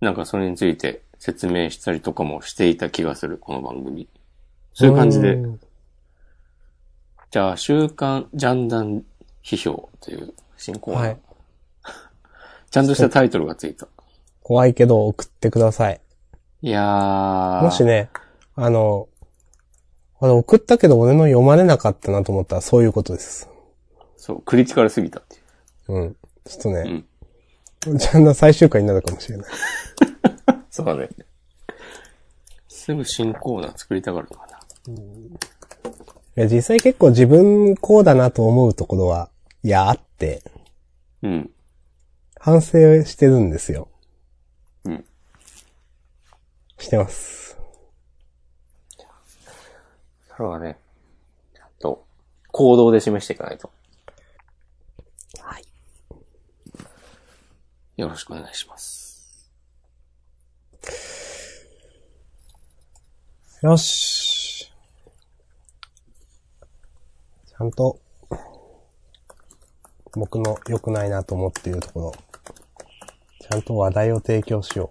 なんかそれについて説明したりとかもしていた気がする、この番組。そういう感じで。
ん
じゃあ、週刊ジャンダン批評という新コーナー。
はい
ちゃんとしたタイトルがついた。
怖いけど送ってください。
いやー。
もしね、あの、あれ送ったけど俺の読まれなかったなと思ったらそういうことです。
そう、クリティカルすぎたっていう。
うん。ちょっとね、ジャンダン最終回になるかもしれない。
そうだね。すぐ新コーナー作りたがるのかな。
いや、実際結構自分こうだなと思うところは、いや、あって、
うん。
反省してるんですよ。
うん。
してます。
それはね、ちゃんと行動で示していかないと。はい。よろしくお願いします。
よし。ちゃんと、僕の良くないなと思っているところ、ちゃんと話題を提供しよ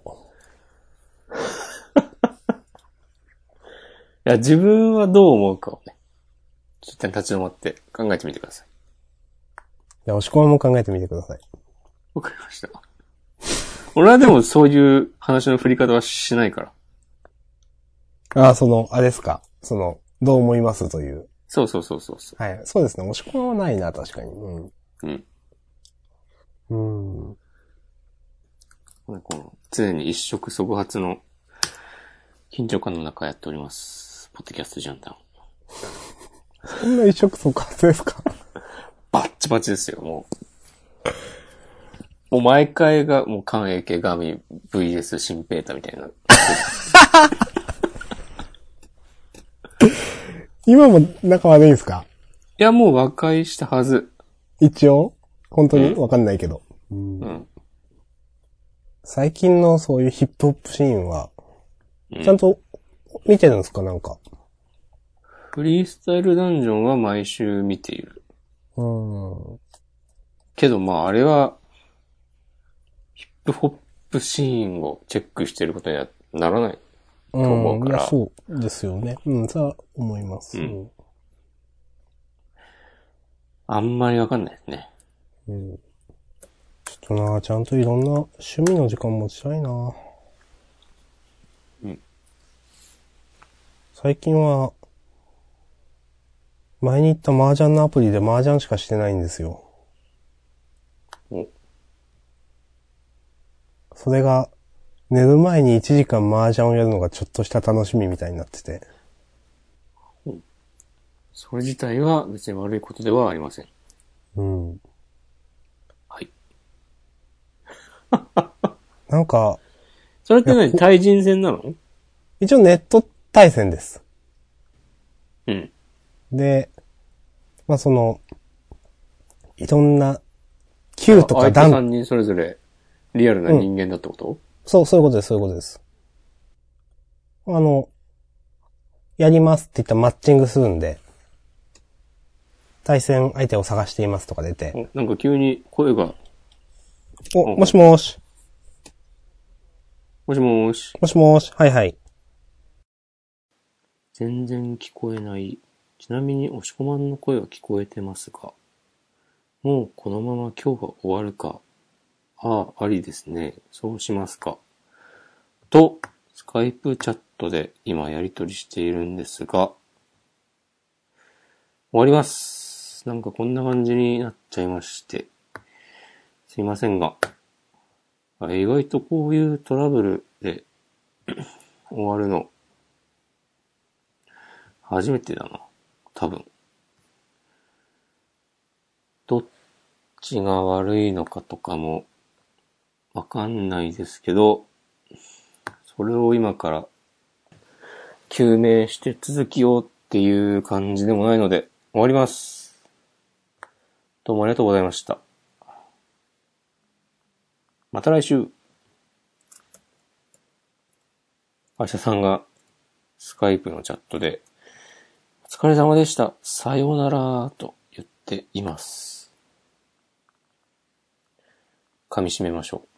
いや、自分はどう思うかをね、一旦立ち止まって考えてみてください。
う。じゃあ、押し込みも考えてみてください。
わかりました。俺はでもそういう話の振り方はしないから。
ああ、その、あれですか。その、どう思いますという。
そうそうそうそうそ
はい。そうですね。押し込みはないな、確かに。うん。
う。うん。
うん。
この常に一触即発の緊張感の中やっております。ポッドキャストジャンダン。
そんな一触即発ですか
バッチバチですよ、もう。もう毎回が、もう、関英系ガミ VS 新ペータみたいな。
今も仲悪いんですか
いや、もう和解したはず。
一応本当にわかんないけど。うん
うん。
最近のそういうヒップホップシーンは、
うん
ちゃんと見てるんですかなんか。
フリースタイルダンジョンは毎週見ている。
うん。
けど、まあ、あれは、ヒップホップシーンをチェックしてることにはならない。
うん
思うから
いやそうですよね。うん、それは思います。
うんあんまりわかんないですね。
うんちょっとな、ちゃんといろんな趣味の時間持ちたいな。
うん
最近は、前に行った麻雀のアプリで麻雀しかしてないんですよ。
お
それが、寝る前に1時間麻雀をやるのがちょっとした楽しみみたいになってて。
それ自体は別に悪いことではありません。
うん。
はい。
なんか、
それって何対人戦なの
一応ネット対戦です。
うん。
で、まあその、いろんな、9とか
あ相手
段、
三人それぞれリアルな人間だってこと、
そう、そういうことです、そういうことです。あの、やりますって言ったらマッチングするんで、対戦相手を探していますとか出て、
おなんか急に声が、
お、もしもーし、
もしもーし。
もしもーし、はいはい。
全然聞こえない。ちなみに押し込まんの声は聞こえてますが、もうこのまま今日は終わるか。ああ、ありですね。そうしますか。と、スカイプチャットで今やりとりしているんですが、終わります。なんかこんな感じになっちゃいまして。すいませんが、あ意外とこういうトラブルで 終わるの初めてだな。多分。どっちが悪いのかとかも、わかんないですけど、それを今から、究明して続きようっていう感じでもないので、終わります。どうもありがとうございました。また来週。あしゃさんが、スカイプのチャットで、お疲れ様でした。さようならと言っています。噛み締めましょう。